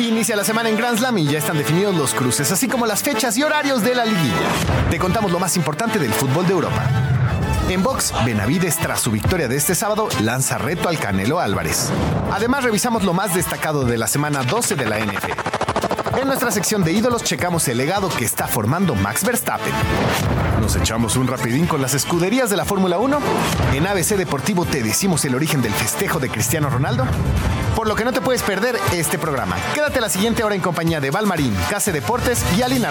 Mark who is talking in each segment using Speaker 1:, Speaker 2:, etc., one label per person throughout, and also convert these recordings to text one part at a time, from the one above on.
Speaker 1: Inicia la semana en Grand Slam y ya están definidos los cruces, así como las fechas y horarios de la liguilla. Te contamos lo más importante del fútbol de Europa. En box, Benavides, tras su victoria de este sábado, lanza reto al Canelo Álvarez. Además, revisamos lo más destacado de la semana 12 de la NFL. En nuestra sección de ídolos, checamos el legado que está formando Max Verstappen. Nos echamos un rapidín con las escuderías de la Fórmula 1. En ABC Deportivo te decimos el origen del festejo de Cristiano Ronaldo. Por lo que no te puedes perder este programa. Quédate la siguiente hora en compañía de Valmarín, Case Deportes y Alin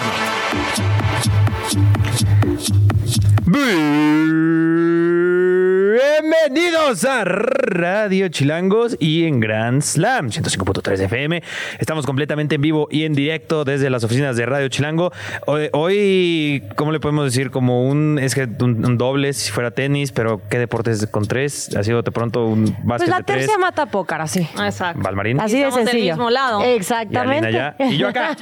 Speaker 2: Bienvenidos a Radio Chilangos y en Grand Slam 105.3 FM. Estamos completamente en vivo y en directo desde las oficinas de Radio Chilango. Hoy, hoy ¿cómo le podemos decir? Como un es que un, un doble si fuera tenis, pero ¿qué deportes con tres? Ha sido de pronto un básquet
Speaker 3: Pues la
Speaker 2: de tres.
Speaker 3: tercia mata pócar, así.
Speaker 4: Exacto.
Speaker 2: Valmarín.
Speaker 3: Así de
Speaker 4: Estamos del
Speaker 3: sencillo.
Speaker 4: mismo lado.
Speaker 2: Y Alina
Speaker 3: Exactamente.
Speaker 2: allá, y yo acá.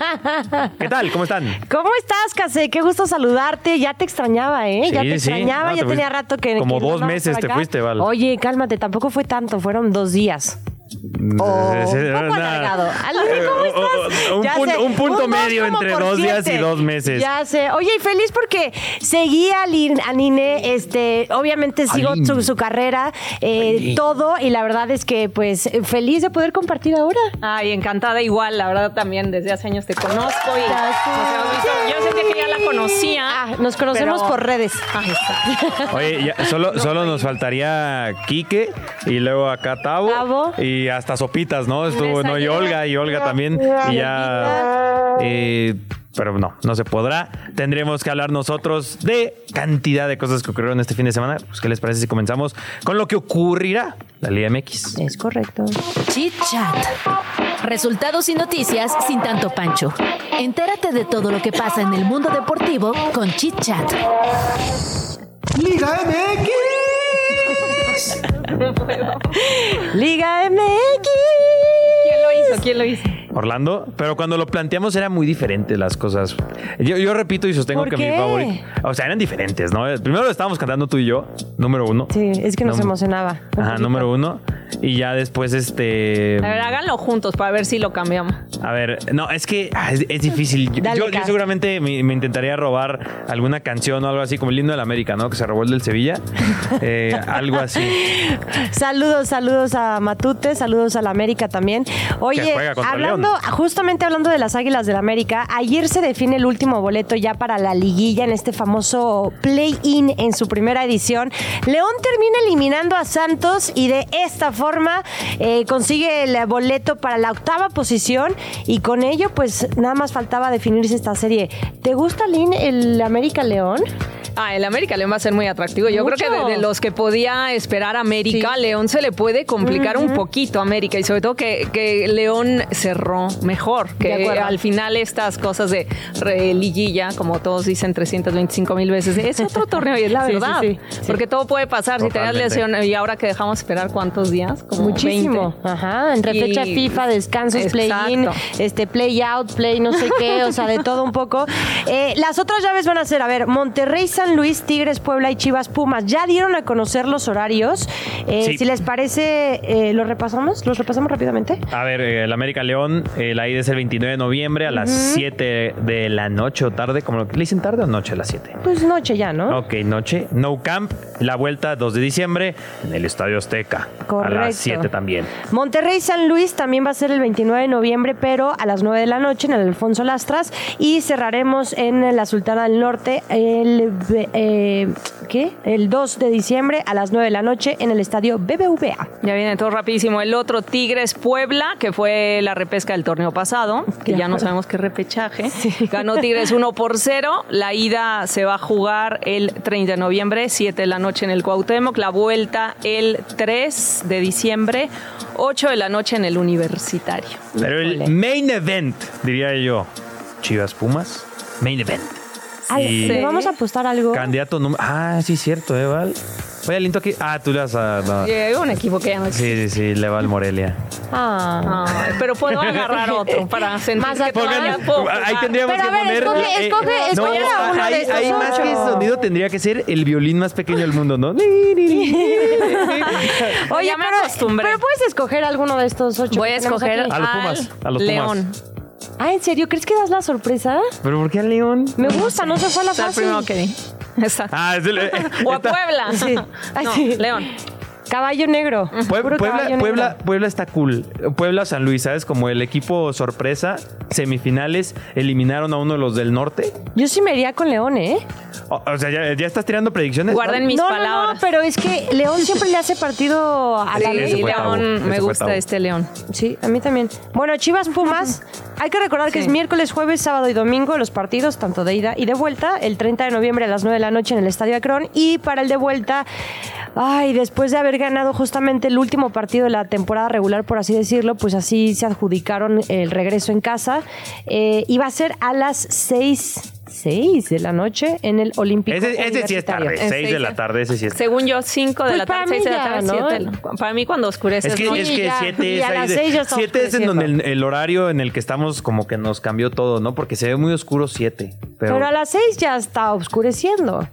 Speaker 2: ¿Qué tal? ¿Cómo están?
Speaker 3: ¿Cómo estás, Case? Qué gusto saludarte. Ya te extrañaba, ¿eh? ya
Speaker 2: Sí,
Speaker 3: te
Speaker 2: sí.
Speaker 3: extrañaba,
Speaker 2: No,
Speaker 3: ya
Speaker 2: te
Speaker 3: tenía
Speaker 2: fuiste-
Speaker 3: rato que.
Speaker 2: como
Speaker 3: que no
Speaker 2: dos
Speaker 3: andábamos
Speaker 2: meses
Speaker 3: por
Speaker 2: te
Speaker 3: acá.
Speaker 2: fuiste, Val.
Speaker 3: Oye, cálmate, tampoco fue tanto, fueron dos días. O un
Speaker 2: Sí, sí,
Speaker 3: poco
Speaker 2: nada. Eh,
Speaker 3: alargado. Alonso, ¿cómo estás?
Speaker 2: Un
Speaker 3: Ya
Speaker 2: pun-
Speaker 3: sé,
Speaker 2: un punto
Speaker 3: dos
Speaker 2: medio
Speaker 3: como
Speaker 2: entre
Speaker 3: por
Speaker 2: dos días
Speaker 3: siete.
Speaker 2: y dos meses.
Speaker 3: Ya sé. Oye, y feliz porque seguí a, Lin- a Nine, este, obviamente sigo
Speaker 2: Lin.
Speaker 3: su, su carrera, eh,
Speaker 2: E.
Speaker 3: todo, y la verdad es que, pues, feliz de poder compartir ahora.
Speaker 4: Ay, encantada igual, la verdad también desde hace años te conozco y nos hemos visto. Yo sentía que ya la conocía.
Speaker 3: Ah, nos conocemos
Speaker 4: pero-
Speaker 3: por redes.
Speaker 4: Ay, está.
Speaker 2: Oye, ya, solo, solo nos faltaría Quique y luego acá Tavo.
Speaker 3: Tavo.
Speaker 2: Y hasta Sopitas, ¿no? Estuvo, ¿no? Y
Speaker 4: Desayuno.
Speaker 2: Olga, y Olga también. Y ya. eh, pero no, no se podrá. Tendremos que hablar nosotros de cantidad de cosas que ocurrieron este fin de semana. Pues, ¿Qué les parece si comenzamos con lo que ocurrirá la Liga MX?
Speaker 3: Es correcto.
Speaker 5: Chit Chat. Resultados y noticias sin tanto pancho. Entérate de todo lo que pasa en el mundo deportivo con Chit Chat.
Speaker 1: ¡Liga MX!
Speaker 3: Liga MX.
Speaker 4: ¿Quién lo hizo? ¿Quién lo hizo?
Speaker 2: Orlando, pero cuando lo planteamos eran muy diferentes las cosas. Yo, yo repito y sostengo
Speaker 3: ¿Por
Speaker 2: que
Speaker 3: qué?
Speaker 2: mi favorito. O sea, eran diferentes, ¿no? Primero lo estábamos cantando tú y yo, número uno.
Speaker 3: Sí, es que nos
Speaker 2: Num-
Speaker 3: emocionaba. un
Speaker 2: Ajá,
Speaker 3: poquito.
Speaker 2: número uno. Y ya después, este.
Speaker 4: A ver, háganlo juntos para ver si lo cambiamos.
Speaker 2: A ver, no, es que ah, es, es difícil. Yo,
Speaker 3: Dale,
Speaker 2: yo- yo
Speaker 3: Cas.
Speaker 2: seguramente me, me intentaría robar alguna canción o algo así, como el himno de la América, ¿no? Que se robó el del Sevilla. Eh, algo así.
Speaker 3: Saludos, saludos a Matute, saludos a la América también. Oye,
Speaker 2: juega contra
Speaker 3: hablando,
Speaker 2: León.
Speaker 3: justamente hablando de las Águilas del América, ayer se define el último boleto ya para la liguilla en este famoso play-in en su primera edición. León termina eliminando a Santos y de esta forma eh, consigue el boleto para la octava posición y con ello pues nada más faltaba definirse esta serie. ¿Te gusta, Lin, el América León?
Speaker 4: Ah, el América León va a ser muy atractivo. Yo creo que
Speaker 3: Mucho.
Speaker 4: de, de los que podía esperar América, León se le puede complicar un poquito a América y sobre todo que, que León cerró mejor.
Speaker 3: De
Speaker 4: Que
Speaker 3: acuerdo.
Speaker 4: al final estas cosas de re- liguilla, como todos dicen 325 mil veces, es otro torneo y es la
Speaker 3: Sí, sí,
Speaker 4: verdad.
Speaker 3: sí, sí.
Speaker 4: Porque todo puede pasar. Si
Speaker 2: Totalmente.
Speaker 4: tenías lesión y ahora que dejamos esperar cuántos días, como
Speaker 3: Muchísimo.
Speaker 4: 20.
Speaker 3: Ajá. Entre
Speaker 4: Y-
Speaker 3: fecha FIFA, descansos, play-in,
Speaker 4: Exacto.
Speaker 3: este, play-out, play no sé qué, o sea, de todo un poco. Eh, las otras llaves van a ser, a ver, Monterrey, San Luis, Tigres, Puebla y Chivas Pumas. Ya dieron a conocer los horarios. Eh,
Speaker 2: Sí.
Speaker 3: Si les parece, eh, ¿los repasamos? ¿Los repasamos rápidamente?
Speaker 2: A ver, eh, el América León, eh, la ida es el 29 de noviembre a las 7 de la noche o tarde. Como lo que le dicen tarde o noche a las 7.
Speaker 3: Pues noche ya, ¿no?
Speaker 2: Ok, noche. No Camp, la vuelta 2 de diciembre en el Estadio Azteca. A
Speaker 3: Correcto.
Speaker 2: las 7 también.
Speaker 3: Monterrey San Luis también va a ser el 29 de noviembre, pero a las 9 de la noche en el Alfonso Lastras. Y cerraremos en la Sultana del Norte el ve- eh, ¿qué? el 2 de diciembre a las 9 de la noche en el estadio BBVA.
Speaker 4: Ya viene todo rapidísimo. El otro Tigres Puebla, que fue la repesca del torneo pasado, que ya no sabemos qué repechaje. Ganó Tigres 1 por 0. La ida se va a jugar el 30 de noviembre, 7 de la noche en el Cuauhtémoc. La vuelta el 3 de diciembre, 8 de la noche en el Universitario.
Speaker 2: Pero el
Speaker 3: Híjole.
Speaker 2: main event, diría yo. Chivas Pumas, main event.
Speaker 3: Ay,
Speaker 2: Sí.
Speaker 3: ¿Le vamos a apostar algo?
Speaker 2: Candidato número. Ah, sí, cierto, eh, Val. Oye, lindo aquí. Ah, tú le vas a. no.
Speaker 4: Llegó un equipo que ya no
Speaker 2: Sí,
Speaker 4: existe.
Speaker 2: sí, sí, le va al Morelia.
Speaker 3: Ah.
Speaker 4: Ay, pero puedo agarrar otro para sentir que
Speaker 3: Mazatlán.
Speaker 4: todavía puedo jugar.
Speaker 2: ahí tendríamos
Speaker 3: Pero a
Speaker 2: que
Speaker 3: ver,
Speaker 2: poner. eh,
Speaker 3: escoge- escoge- escoge a uno
Speaker 2: ahí,
Speaker 3: de estos
Speaker 2: ahí más
Speaker 3: ocho.
Speaker 2: que el sonido tendría que ser el violín más pequeño del mundo, ¿no?
Speaker 4: Oye, ya me acostumbré.
Speaker 3: pero puedes escoger alguno de estos ocho.
Speaker 4: Voy
Speaker 3: que
Speaker 4: a
Speaker 3: tenemos
Speaker 4: escoger
Speaker 3: aquí.
Speaker 2: A los
Speaker 4: al
Speaker 2: Pumas, a los Pumas.
Speaker 4: León.
Speaker 3: Ah, ¿en serio? ¿Crees que das la sorpresa?
Speaker 2: ¿Pero por qué al León?
Speaker 3: Me gusta, no se fue la
Speaker 4: Está el
Speaker 3: fácil.
Speaker 4: primero que di. Exacto.
Speaker 2: Ah, es el. eh,
Speaker 4: O a
Speaker 2: está-
Speaker 4: Puebla.
Speaker 3: Sí. Ay,
Speaker 4: No,
Speaker 3: sí.
Speaker 4: León.
Speaker 3: Caballo negro.
Speaker 2: Pue-
Speaker 3: Puro caballo
Speaker 2: Puebla,
Speaker 3: negro.
Speaker 2: Puebla, Puebla está cool. Puebla San Luis, ¿sabes? Como el equipo sorpresa, semifinales, eliminaron a uno de los del norte.
Speaker 3: Yo sí me iría con León, ¿eh?
Speaker 2: O, o sea, ya, ya estás tirando predicciones.
Speaker 4: Guarden mis
Speaker 3: no, no,
Speaker 4: palabras.
Speaker 3: no, pero es que León siempre le hace partido a la
Speaker 4: Sí,
Speaker 2: Ese fue tabú, ese
Speaker 4: León, me
Speaker 2: fue tabú.
Speaker 4: gusta este León.
Speaker 3: Sí, a mí también. Bueno, Chivas Pumas, hay que recordar que
Speaker 4: Sí.
Speaker 3: es miércoles, jueves, sábado y domingo los partidos, tanto de ida y de vuelta, el 30 de noviembre a las 9 de la noche en el Estadio Akron y para el de vuelta, ay, después de haber ganado justamente el último partido de la temporada regular, por así decirlo, pues así se adjudicaron el regreso en casa. Eh, iba a ser a las 6, 6 de la noche en el Olímpico.
Speaker 2: Ese, ese sí es
Speaker 3: Universitario.
Speaker 2: tarde,
Speaker 4: Ese
Speaker 2: 6 de la tarde, ese sí es
Speaker 4: Según yo, 5 de
Speaker 3: Pues
Speaker 4: la
Speaker 3: para
Speaker 4: tarde, 6 de
Speaker 3: mí
Speaker 4: la
Speaker 3: ya,
Speaker 4: tarde,
Speaker 3: ¿no?
Speaker 4: 7. Para mí cuando oscurece
Speaker 2: Es que,
Speaker 4: ¿no?
Speaker 2: es
Speaker 3: Sí,
Speaker 2: que
Speaker 3: ya.
Speaker 2: siete
Speaker 3: Y
Speaker 2: es
Speaker 3: a
Speaker 2: ahí
Speaker 3: las
Speaker 2: de-
Speaker 3: seis ya estamos
Speaker 2: siete es en
Speaker 3: creciendo.
Speaker 2: donde el, el horario en el que estamos como que nos cambió todo, ¿no? Porque se ve muy oscuro siete. Pero,
Speaker 3: Pero a las 6 ya está oscureciendo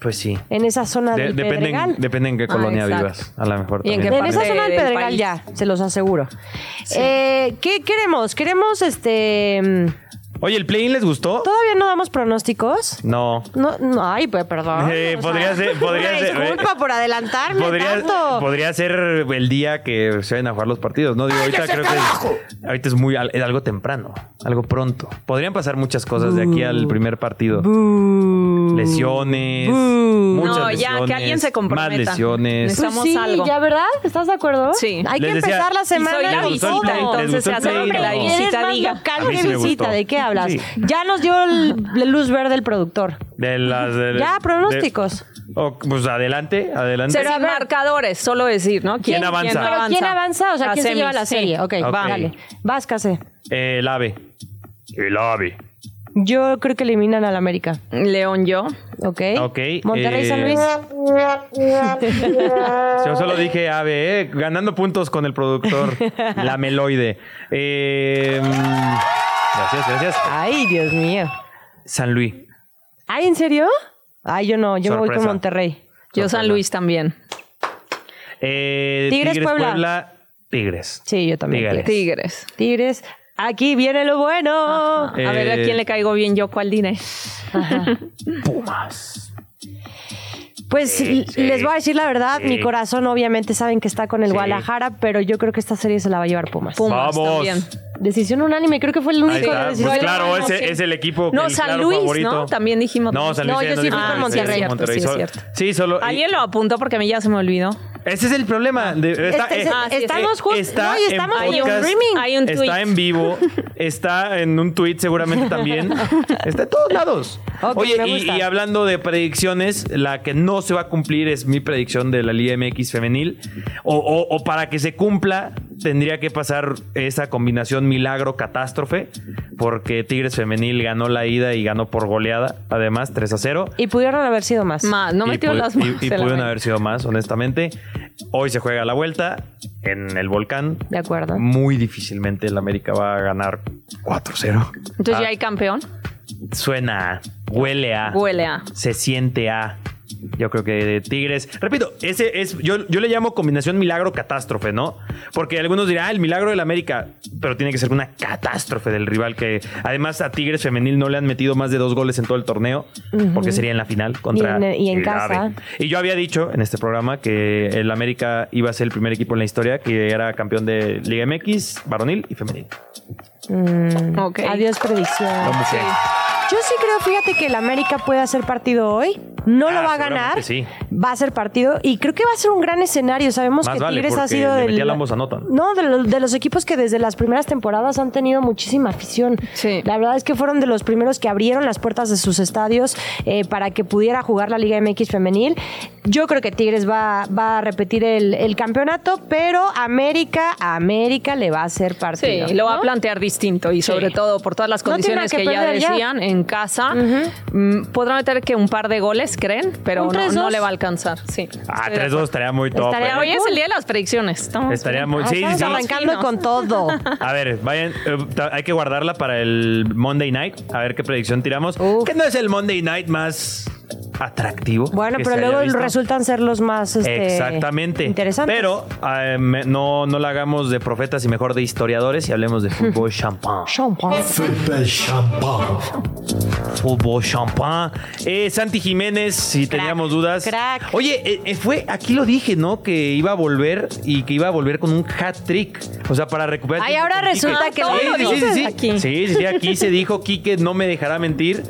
Speaker 2: pues sí.
Speaker 3: en esa zona
Speaker 2: De-
Speaker 3: del
Speaker 2: depende,
Speaker 3: Pedregal. Ah,
Speaker 2: en, depende en qué colonia
Speaker 4: exacto.
Speaker 2: vivas, a lo mejor
Speaker 4: Y en
Speaker 2: también.
Speaker 4: qué
Speaker 3: En esa
Speaker 4: parte
Speaker 3: zona del
Speaker 4: del
Speaker 3: Pedregal
Speaker 4: país.
Speaker 3: ya, se los aseguro. Eh, ¿Qué queremos? Queremos, este... mm,
Speaker 2: Oye, ¿el play-in les gustó?
Speaker 3: ¿Todavía no damos pronósticos?
Speaker 2: No.
Speaker 3: No, no, ay, pues perdón.
Speaker 2: Eh,
Speaker 3: o
Speaker 2: podría ser- podría
Speaker 3: una
Speaker 2: ser, eh,
Speaker 3: Disculpa por adelantarme
Speaker 2: Podría,
Speaker 3: tanto.
Speaker 2: podría ser el día que se vayan a jugar los partidos, ¿no? Digo, ahorita creo que ahorita es muy al- es algo temprano, algo pronto. Podrían pasar muchas cosas de
Speaker 3: Uh.
Speaker 2: aquí al primer partido. Lesiones, muchas
Speaker 4: No, ya, que
Speaker 2: lesiones,
Speaker 4: alguien se comprometa.
Speaker 2: más lesiones.
Speaker 4: Necesitamos
Speaker 3: Pues sí,
Speaker 4: algo.
Speaker 3: ya, ¿verdad? ¿Estás de acuerdo?
Speaker 4: Sí.
Speaker 3: Hay
Speaker 2: Les
Speaker 3: que
Speaker 2: decía,
Speaker 3: empezar la
Speaker 2: y
Speaker 4: Y
Speaker 3: semana.
Speaker 4: soy la
Speaker 3: con
Speaker 2: gustó el
Speaker 4: visita,
Speaker 2: play,
Speaker 3: todo.
Speaker 2: les
Speaker 4: entonces
Speaker 2: gustó el
Speaker 4: se hace lo
Speaker 2: play,
Speaker 4: que la
Speaker 2: ¿no?
Speaker 3: Eres
Speaker 4: visita
Speaker 3: más
Speaker 4: diga.
Speaker 3: local
Speaker 2: A mí
Speaker 3: que
Speaker 2: sí me
Speaker 3: visita,
Speaker 2: gustó.
Speaker 3: ¿de qué hablas?
Speaker 2: Sí.
Speaker 3: Ya nos dio el- la luz verde el productor.
Speaker 2: De las de-
Speaker 3: Ya,
Speaker 2: de-
Speaker 3: pronósticos.
Speaker 2: o, pues adelante, adelante.
Speaker 4: Pero sin marcadores, solo decir, ¿no?
Speaker 2: ¿Quién avanza?
Speaker 3: Pero ¿quién avanza? O sea,
Speaker 4: A
Speaker 3: ¿quién se lleva la
Speaker 4: semis, sí.
Speaker 3: serie? Ok,
Speaker 2: Ok.
Speaker 3: va, dale. Vas, Case.
Speaker 2: El ave. El ave.
Speaker 3: Yo creo que eliminan al América.
Speaker 4: León, yo.
Speaker 3: Ok.
Speaker 2: Ok,
Speaker 3: Monterrey
Speaker 2: eh,
Speaker 3: San Luis.
Speaker 2: Yo solo dije ave, eh, ganando puntos con el productor, la meloide. Eh, mm, gracias, gracias.
Speaker 3: Ay, Dios mío.
Speaker 2: San Luis.
Speaker 3: Ay, ¿en serio? Ay, yo no, yo me voy con
Speaker 2: Sorpresa.
Speaker 3: Monterrey.
Speaker 4: Yo San Luis también.
Speaker 2: Eh,
Speaker 3: Tigres, Puebla.
Speaker 2: Tigres.
Speaker 3: Sí, yo también.
Speaker 2: Tigres.
Speaker 3: Tigres.
Speaker 4: Tigres.
Speaker 3: Tigres. Aquí viene lo bueno.
Speaker 4: A ver, ¿a
Speaker 2: Eh,
Speaker 4: quién le caigo bien yo? ¿Cuál diré?
Speaker 2: Pumas.
Speaker 3: Pues
Speaker 2: sí,
Speaker 3: l- les voy a decir la verdad,
Speaker 2: sí.
Speaker 3: mi corazón obviamente saben que está con el
Speaker 2: Sí.
Speaker 3: Guadalajara, pero yo creo que esta serie se la va a llevar Pumas.
Speaker 4: Pumas
Speaker 2: Vamos.
Speaker 4: también.
Speaker 3: Decisión unánime, creo que fue el
Speaker 2: Ahí
Speaker 3: único.
Speaker 2: está.
Speaker 3: decisión
Speaker 2: Pues claro,
Speaker 3: unánime.
Speaker 2: ese es el equipo que
Speaker 4: No,
Speaker 2: el
Speaker 4: San
Speaker 2: claro
Speaker 4: Luis,
Speaker 2: favorito.
Speaker 4: ¿no? También dijimos-
Speaker 2: No, San Luis.
Speaker 3: No,
Speaker 2: ya
Speaker 3: yo sí
Speaker 2: dijo
Speaker 3: fui con
Speaker 2: San Luis,
Speaker 3: Monterrey.
Speaker 2: sí,
Speaker 4: Sí, es
Speaker 2: solo-
Speaker 4: cierto.
Speaker 2: Sí, solo.
Speaker 4: Alguien lo apuntó porque a mí ya se me olvidó.
Speaker 2: Ese es el problema. de- está-
Speaker 3: Este-
Speaker 2: eh,
Speaker 4: ah, sí,
Speaker 3: estamos
Speaker 2: eh,
Speaker 3: justo-
Speaker 2: está
Speaker 3: no, y
Speaker 2: en
Speaker 3: estamos
Speaker 4: en un
Speaker 2: podcast,
Speaker 4: streaming. Hay un
Speaker 2: Está
Speaker 4: tweet.
Speaker 2: en vivo. Está en un tweet seguramente también. Está en todos lados.
Speaker 3: Ok,
Speaker 2: Oye,
Speaker 3: me
Speaker 2: y-
Speaker 3: gusta.
Speaker 2: y, hablando de predicciones, la que no se va a cumplir es mi predicción de la Liga MX femenil. O, o- o para que se cumpla, tendría que pasar esa combinación milagro-catástrofe. Porque Tigres femenil ganó la ida y ganó por goleada. Además, 3 a 0.
Speaker 3: Y pudieron haber sido más.
Speaker 4: Ma, no
Speaker 2: Y
Speaker 4: metió
Speaker 2: pu-
Speaker 4: las
Speaker 2: y-
Speaker 4: manos.
Speaker 2: Y,
Speaker 4: en la
Speaker 2: pudieron
Speaker 4: mano.
Speaker 2: haber sido más, honestamente. Hoy se juega la vuelta en el volcán.
Speaker 3: De acuerdo.
Speaker 2: Muy difícilmente el América va a ganar 4-0.
Speaker 4: Entonces
Speaker 2: Ah,
Speaker 4: ya hay campeón.
Speaker 2: Suena, a, huele a,
Speaker 4: Huele a.
Speaker 2: se siente a. Yo creo que de Tigres. Repito, ese es. Yo, yo le llamo combinación milagro-catástrofe, ¿no? Porque algunos dirán, ah, el milagro del América. Pero tiene que ser una catástrofe del rival que. Además, a Tigres Femenil no le han metido más de dos goles en todo el torneo. Porque sería en la final contra.
Speaker 3: Y en- eh, y en
Speaker 2: el
Speaker 3: casa.
Speaker 2: AVE. Y yo había dicho en este programa que el América iba a ser el primer equipo en la historia que era campeón de Liga MX, varonil y femenil.
Speaker 4: Ok.
Speaker 3: Adiós predicción.
Speaker 2: Vamos, eh.
Speaker 3: Ah, Yo sí creo, fíjate que el América puede hacer partido hoy. no lo
Speaker 2: Ah,
Speaker 3: va a
Speaker 2: seguramente
Speaker 3: ganar.
Speaker 2: sí.
Speaker 3: Va a ser partido y creo que va a ser un gran escenario. Sabemos
Speaker 2: Más
Speaker 3: que
Speaker 2: vale,
Speaker 3: Tigres ha
Speaker 2: porque
Speaker 3: sido
Speaker 2: le
Speaker 3: del-
Speaker 2: metía el ambos anotan.
Speaker 3: No, de los, de los equipos que desde las primeras temporadas han tenido muchísima afición.
Speaker 4: Sí.
Speaker 3: La verdad es que fueron de los primeros que abrieron las puertas de sus estadios eh, para que pudiera jugar la Liga MX femenil. Yo creo que Tigres va, va a repetir el, el campeonato, pero América, a América le va a hacer
Speaker 4: Sí,
Speaker 3: partido.
Speaker 4: lo va a
Speaker 3: ¿no?
Speaker 4: plantear distinto y sobre
Speaker 3: Sí.
Speaker 4: todo por todas las
Speaker 3: No tiene nada
Speaker 4: condiciones
Speaker 3: que
Speaker 4: que, ya
Speaker 3: perder ya.
Speaker 4: decían en casa. Mm, Podrá meter que un par de goles, creen,
Speaker 3: Un
Speaker 4: pero no,
Speaker 3: 3-2.
Speaker 4: no le va a alcanzar. Sí.
Speaker 2: Ah,
Speaker 4: Estoy de
Speaker 2: 3-2 estaría muy top.
Speaker 3: Estaría
Speaker 2: eh.
Speaker 4: Hoy es
Speaker 3: cool.
Speaker 4: el día de las predicciones. Estamos
Speaker 2: Estaría
Speaker 4: bien.
Speaker 2: muy.
Speaker 3: Ah,
Speaker 2: Sí,
Speaker 3: estamos
Speaker 2: sí.
Speaker 3: arrancando
Speaker 4: Finos.
Speaker 3: con todo.
Speaker 2: A ver, vayan. eh, ta- hay que guardarla para el Monday night. A ver qué predicción tiramos.
Speaker 3: Uf.
Speaker 2: Que no es el Monday night más atractivo.
Speaker 3: Bueno,
Speaker 2: que
Speaker 3: pero
Speaker 2: se haya
Speaker 3: luego
Speaker 2: visto.
Speaker 3: resultan ser los más este,
Speaker 2: Exactamente.
Speaker 3: interesantes.
Speaker 2: Pero eh, me- no, no la hagamos de profetas y mejor de historiadores y hablemos de fútbol champán.
Speaker 3: Champagne.
Speaker 2: Fútbol champán. Eh, Santi Jiménez, si teníamos dudas.
Speaker 3: crack.
Speaker 2: Oye, eh, eh, fue, aquí lo dije, ¿no? Que iba a volver y que iba a volver con un hat trick. O sea, para recuperar.
Speaker 3: Ay,
Speaker 2: tiempo
Speaker 3: ahora
Speaker 2: con Quique.
Speaker 3: resulta
Speaker 4: que todo
Speaker 2: sí,
Speaker 4: lo
Speaker 2: sí, sí,
Speaker 4: dices
Speaker 2: sí.
Speaker 4: aquí.
Speaker 2: Sí, sí, sí, aquí se dijo Quique no me dejará mentir.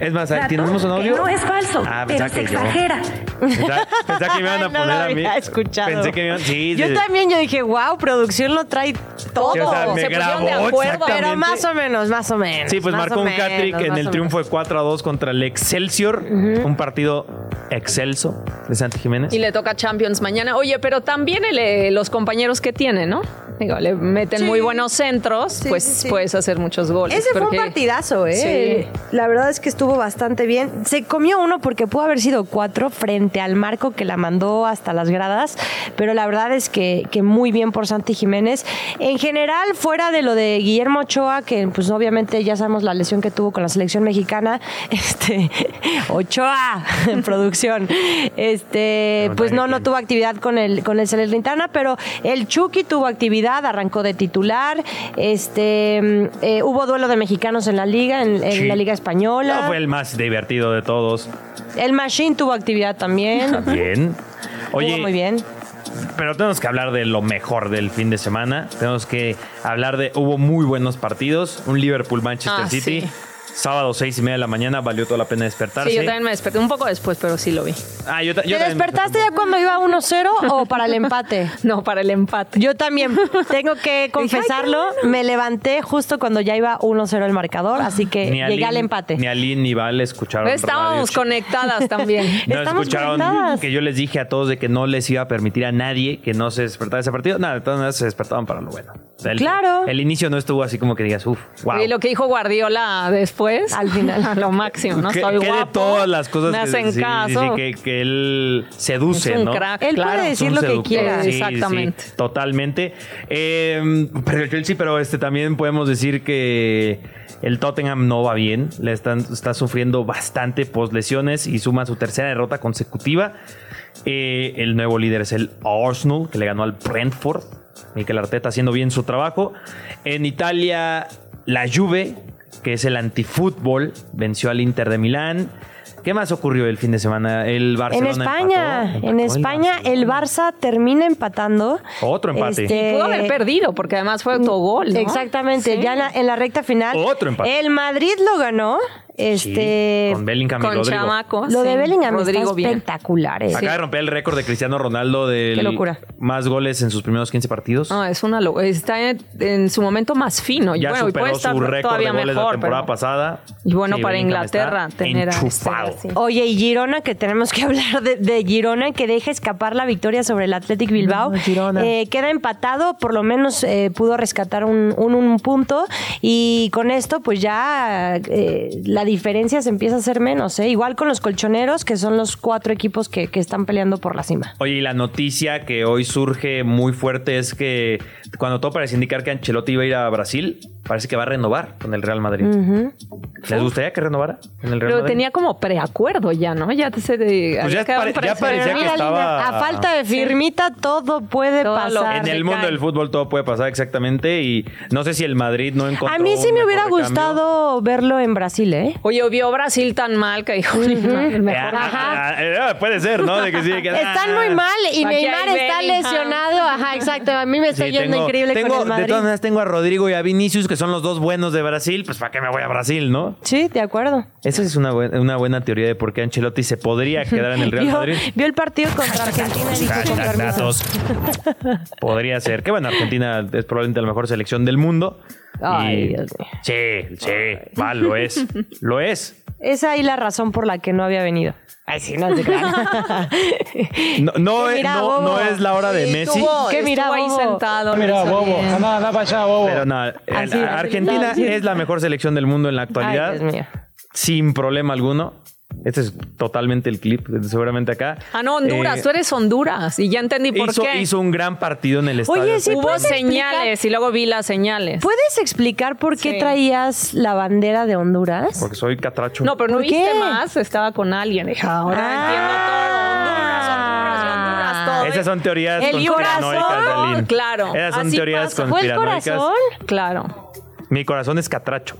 Speaker 2: Es más, ¿tenemos un audio?
Speaker 6: no es falso,
Speaker 2: Ah,
Speaker 6: pero
Speaker 2: pensaba
Speaker 6: se
Speaker 2: que yo.
Speaker 6: exagera.
Speaker 2: Pensaba, pensaba que me iban a
Speaker 3: Ay, no
Speaker 2: poner
Speaker 3: lo
Speaker 2: a mí.
Speaker 3: había escuchado.
Speaker 2: Pensé que me iban. Sí,
Speaker 3: Yo
Speaker 2: sí.
Speaker 3: también, yo dije, wow, producción lo trae todo.
Speaker 2: Sí, o sea, me
Speaker 4: Se pusieron de
Speaker 2: grabó,
Speaker 4: acuerdo.
Speaker 2: exactamente.
Speaker 3: Pero más o menos, más o menos.
Speaker 2: Sí, pues
Speaker 3: más
Speaker 2: marcó
Speaker 3: o
Speaker 2: un
Speaker 3: menos,
Speaker 2: hat-trick en
Speaker 3: más
Speaker 2: el
Speaker 3: o
Speaker 2: triunfo de 4 a 2 contra el Excelsior, un partido excelso de Santi Jiménez.
Speaker 4: Y le toca Champions mañana. Oye, pero también el, eh, los compañeros que tiene, ¿no? Digo, le meten muy buenos centros, pues
Speaker 3: sí, sí.
Speaker 4: puedes hacer muchos goles.
Speaker 3: Ese fue un
Speaker 4: porque-
Speaker 3: partidazo, ¿eh? La verdad es que estuvo bastante bien. Se comió uno porque pudo haber sido cuatro frente al marco que la mandó hasta las gradas, pero la verdad es que, que muy bien por Santi Jiménez. En general, fuera de lo de Guillermo Ochoa, que pues obviamente ya sabemos la lesión que tuvo con la selección mexicana, este, Ochoa, en producción, este,
Speaker 2: No,
Speaker 3: pues no,
Speaker 2: nadie
Speaker 3: no
Speaker 2: tiene.
Speaker 3: tuvo actividad con el con el Salernitana, pero el Chucky tuvo actividad, arrancó de titular, este mm, eh, hubo duelo de mexicanos en la liga, en, en
Speaker 2: Sí.
Speaker 3: la liga española.
Speaker 2: No fue el más divertido de todos.
Speaker 3: El Machine tuvo actividad también.
Speaker 2: Bien. Oye,
Speaker 3: Jugó muy bien.
Speaker 2: pero tenemos que hablar de lo mejor del fin de semana. Tenemos que hablar de. Hubo muy buenos partidos. Un Liverpool-Manchester
Speaker 4: Ah,
Speaker 2: City.
Speaker 4: sí.
Speaker 2: Sábado, seis y media de la mañana. Valió toda la pena despertarse.
Speaker 4: Sí, yo también me desperté un poco después, pero sí lo vi.
Speaker 2: Ah, yo ta- yo
Speaker 3: ¿Te
Speaker 2: también me
Speaker 3: despertaste ya cuando iba 1-0 o para el empate?
Speaker 4: No, para el empate.
Speaker 3: Yo también tengo que confesarlo, me levanté justo cuando ya iba 1-0 el marcador, así que
Speaker 2: Ni
Speaker 3: llegué al
Speaker 2: Aline-
Speaker 3: empate. Pues
Speaker 2: Ni Aline ni Val escucharon. radio,
Speaker 4: Estábamos
Speaker 2: chicos.
Speaker 4: conectadas también.
Speaker 2: No
Speaker 3: Estamos
Speaker 2: escucharon
Speaker 3: conectadas.
Speaker 2: que yo les dije a todos de que no les iba a permitir a nadie que no se despertara ese partido. Nada, de todas maneras se despertaban para lo bueno. O sea, el-
Speaker 3: Claro.
Speaker 2: El inicio no estuvo así como que digas, uff, wow.
Speaker 4: Y lo que dijo Guardiola después,
Speaker 3: Al final.
Speaker 4: a lo máximo, ¿no?
Speaker 2: que,
Speaker 4: Soy
Speaker 2: que de
Speaker 4: guapo,
Speaker 2: todas las cosas
Speaker 4: me
Speaker 2: que-
Speaker 4: hacen
Speaker 2: sí, sí,
Speaker 4: caso.
Speaker 2: sí, que, que él seduce,
Speaker 4: Es un
Speaker 2: ¿no?
Speaker 4: crack,
Speaker 3: Él
Speaker 4: claro.
Speaker 3: puede
Speaker 2: Es un
Speaker 3: decir lo que
Speaker 2: seductor.
Speaker 3: quiera.
Speaker 2: Sí,
Speaker 4: Exactamente.
Speaker 2: sí, totalmente. Eh, pero el Chelsea, pero este también podemos decir que el Tottenham no va bien. Le están, está sufriendo bastante post lesiones y suma su tercera derrota consecutiva. Eh, el nuevo líder es el Arsenal, que le ganó al Brentford. Mikel Arteta haciendo bien su trabajo. En Italia, la Juve, que es el antifútbol, venció al Inter de Milán. ¿Qué más ocurrió el fin de semana? El
Speaker 3: En
Speaker 2: Barcelona
Speaker 3: España,
Speaker 2: empató, empató
Speaker 3: en
Speaker 2: el
Speaker 3: España el
Speaker 2: Barcelona.
Speaker 3: Barça termina empatando. Este,
Speaker 2: Otro empate.
Speaker 4: Y pudo haber perdido, porque además fue autogol. ¿no?
Speaker 3: Eh, Exactamente,
Speaker 4: Sí.
Speaker 3: ya en la, en la recta final.
Speaker 2: Otro empate.
Speaker 3: El Madrid lo ganó.
Speaker 2: Sí,
Speaker 3: Este,
Speaker 2: con Bellingham y
Speaker 4: Con
Speaker 2: Rodrigo.
Speaker 4: chamaco.
Speaker 3: lo
Speaker 4: sí.
Speaker 3: de Bellingham
Speaker 4: Rodrigo
Speaker 3: está
Speaker 4: bien.
Speaker 3: espectacular. eh.
Speaker 2: Acaba de romper el récord de Cristiano Ronaldo de
Speaker 3: Qué locura.
Speaker 2: más goles en sus primeros 15 partidos.
Speaker 4: No, es una lo- Está en, en su momento más fino. Y
Speaker 2: ya
Speaker 4: bueno, y
Speaker 2: superó
Speaker 4: puede estar
Speaker 2: su récord de
Speaker 4: todavía
Speaker 2: goles de la
Speaker 4: mejor.
Speaker 2: temporada
Speaker 4: pero-
Speaker 2: pasada.
Speaker 4: Y bueno, para
Speaker 2: Bellingham está
Speaker 4: Inglaterra tener a este
Speaker 2: enchufado.
Speaker 4: así.
Speaker 3: Oye, y Girona, que tenemos que hablar de, de Girona, que deja escapar la victoria sobre el Athletic Bilbao. Eh, queda empatado, por lo menos eh, pudo rescatar un, un- un punto. Y con esto, pues ya eh, la diferencia se empieza a hacer menos. ¿eh? Igual con los colchoneros, que son los cuatro equipos que, que están peleando por la cima.
Speaker 2: Oye, y la noticia que hoy surge muy fuerte es que cuando todo parece indicar que Ancelotti iba a ir a Brasil, parece que va a renovar con el Real Madrid. ¿Les gustaría que renovara en el Real
Speaker 4: Pero
Speaker 2: Madrid?
Speaker 4: tenía como preacuerdo ya, ¿no? Ya se de,
Speaker 2: Pues ya
Speaker 4: había quedado
Speaker 2: pare-
Speaker 4: un
Speaker 2: ya
Speaker 4: preacuerdo.
Speaker 2: parecía que
Speaker 3: Mira,
Speaker 2: estaba-
Speaker 3: Lina, a falta de firmita, todo puede
Speaker 4: Todo lo-
Speaker 3: pasar.
Speaker 2: En
Speaker 4: Se
Speaker 2: el mundo
Speaker 4: cae.
Speaker 2: del fútbol todo puede pasar exactamente y no sé si el Madrid no encontró
Speaker 3: A mí sí
Speaker 2: un
Speaker 3: me
Speaker 2: mejor
Speaker 3: hubiera
Speaker 2: recambio.
Speaker 3: gustado verlo en Brasil, ¿eh?
Speaker 4: Oye, vio Brasil tan mal que dijo, ni madre, mejor
Speaker 2: Ah, ah, ah, ah, puede ser, ¿no? De que sí, que- ah,
Speaker 3: Están muy mal y
Speaker 4: Aquí hay
Speaker 3: Neymar está
Speaker 4: Bellingham.
Speaker 3: lesionado. Ajá, exacto. A mí me
Speaker 2: Sí,
Speaker 3: estoy yendo increíble
Speaker 2: tengo-
Speaker 3: con el
Speaker 2: De todas
Speaker 3: Madrid.
Speaker 2: maneras, tengo a Rodrigo y a Vinicius, que son los dos buenos de Brasil. Pues, ¿para qué me voy a Brasil, no?
Speaker 3: Sí, de acuerdo.
Speaker 2: Esa es una, buen- una buena teoría de por qué Ancelotti se podría quedar en el Real
Speaker 3: Vio,
Speaker 2: Madrid.
Speaker 3: vio el partido contra Argentina y dijo
Speaker 2: Hashtag
Speaker 3: con permiso.
Speaker 2: datos. Podría ser. Que bueno, Argentina es probablemente la mejor selección del mundo.
Speaker 3: Ay,
Speaker 2: Y-
Speaker 3: Dios mío.
Speaker 2: Sí, sí, va, lo es. Lo es.
Speaker 3: Es ahí la razón por la que no había venido. Ay, sí, no es de
Speaker 2: No, no,
Speaker 3: Que
Speaker 2: es,
Speaker 3: mira,
Speaker 2: no, no
Speaker 3: bobo.
Speaker 2: es la hora de Messi.
Speaker 4: Estuvo-
Speaker 3: ¿Qué mira,
Speaker 4: estuvo ahí
Speaker 3: bobo?
Speaker 4: sentado. no
Speaker 6: Mira,
Speaker 4: hizo
Speaker 6: bobo.
Speaker 4: bien.
Speaker 6: Anda, anda para allá, bobo.
Speaker 2: Pero no, el-
Speaker 3: Así,
Speaker 2: Argentina
Speaker 3: así.
Speaker 2: es la mejor selección del mundo en la actualidad.
Speaker 3: Ay, Dios mío.
Speaker 2: Sin problema alguno. Este es totalmente el clip, seguramente acá.
Speaker 4: Ah, no, Honduras,
Speaker 2: Eh,
Speaker 4: tú eres Honduras. Y ya entendí por
Speaker 2: hizo,
Speaker 4: qué.
Speaker 2: hizo un gran partido en el estadio.
Speaker 3: Oye, sí,
Speaker 4: Hubo
Speaker 3: ¿puedes explicar?
Speaker 4: señales y luego vi las señales.
Speaker 3: ¿Puedes explicar por qué
Speaker 4: Sí.
Speaker 3: traías la bandera de Honduras?
Speaker 2: Porque soy catracho.
Speaker 4: No, pero no
Speaker 3: ¿Por qué?
Speaker 4: viste más, estaba con alguien. Dije, ahora
Speaker 2: Ah,
Speaker 3: Ah.
Speaker 4: entiendo todo. Honduras, Honduras, Honduras, todo.
Speaker 2: Esas son teorías
Speaker 4: El
Speaker 2: conspiranoicas,
Speaker 4: corazón,
Speaker 2: Aline.
Speaker 4: claro.
Speaker 2: Esas son
Speaker 4: Así
Speaker 2: teorías
Speaker 4: pasa.
Speaker 3: ¿Fue el
Speaker 2: conspiranoicas.
Speaker 3: corazón?
Speaker 4: Claro.
Speaker 2: Mi corazón es catracho.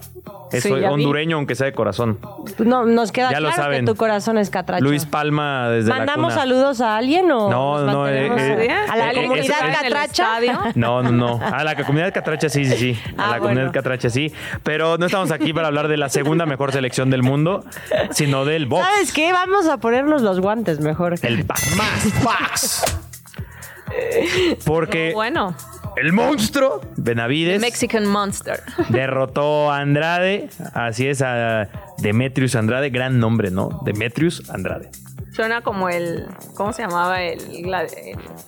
Speaker 2: Eh,
Speaker 4: Sí,
Speaker 2: Soy
Speaker 4: ya vi.
Speaker 2: hondureño, aunque sea de corazón.
Speaker 3: No, nos queda
Speaker 2: Ya lo
Speaker 3: claro que
Speaker 2: saben.
Speaker 3: tu corazón es catracho.
Speaker 2: Luis Palma desde
Speaker 3: ¿Mandamos
Speaker 2: la cuna.
Speaker 3: saludos a alguien o
Speaker 2: No,
Speaker 3: nos
Speaker 2: no, eh,
Speaker 3: mantenemos
Speaker 2: eh,
Speaker 3: a, a la
Speaker 2: eh, eh,
Speaker 3: comunidad
Speaker 2: eso es-
Speaker 3: catracha?
Speaker 2: No, no, no. A la comunidad catracha sí, sí, sí. A
Speaker 4: Ah,
Speaker 2: la comunidad
Speaker 4: bueno.
Speaker 2: catracha sí. Pero no estamos aquí para hablar de la segunda mejor selección del mundo, sino del box.
Speaker 3: ¿Sabes qué? Vamos a ponernos los guantes mejor.
Speaker 2: El box.
Speaker 1: Más Pax.
Speaker 2: Porque
Speaker 4: Bueno,
Speaker 2: el monstruo Benavides
Speaker 4: Mexican Monster.
Speaker 2: derrotó a Andrade. Así es, a Demetrius Andrade. Gran nombre, ¿no? Demetrius Andrade.
Speaker 4: Suena como el. ¿Cómo se llamaba? El, gladi-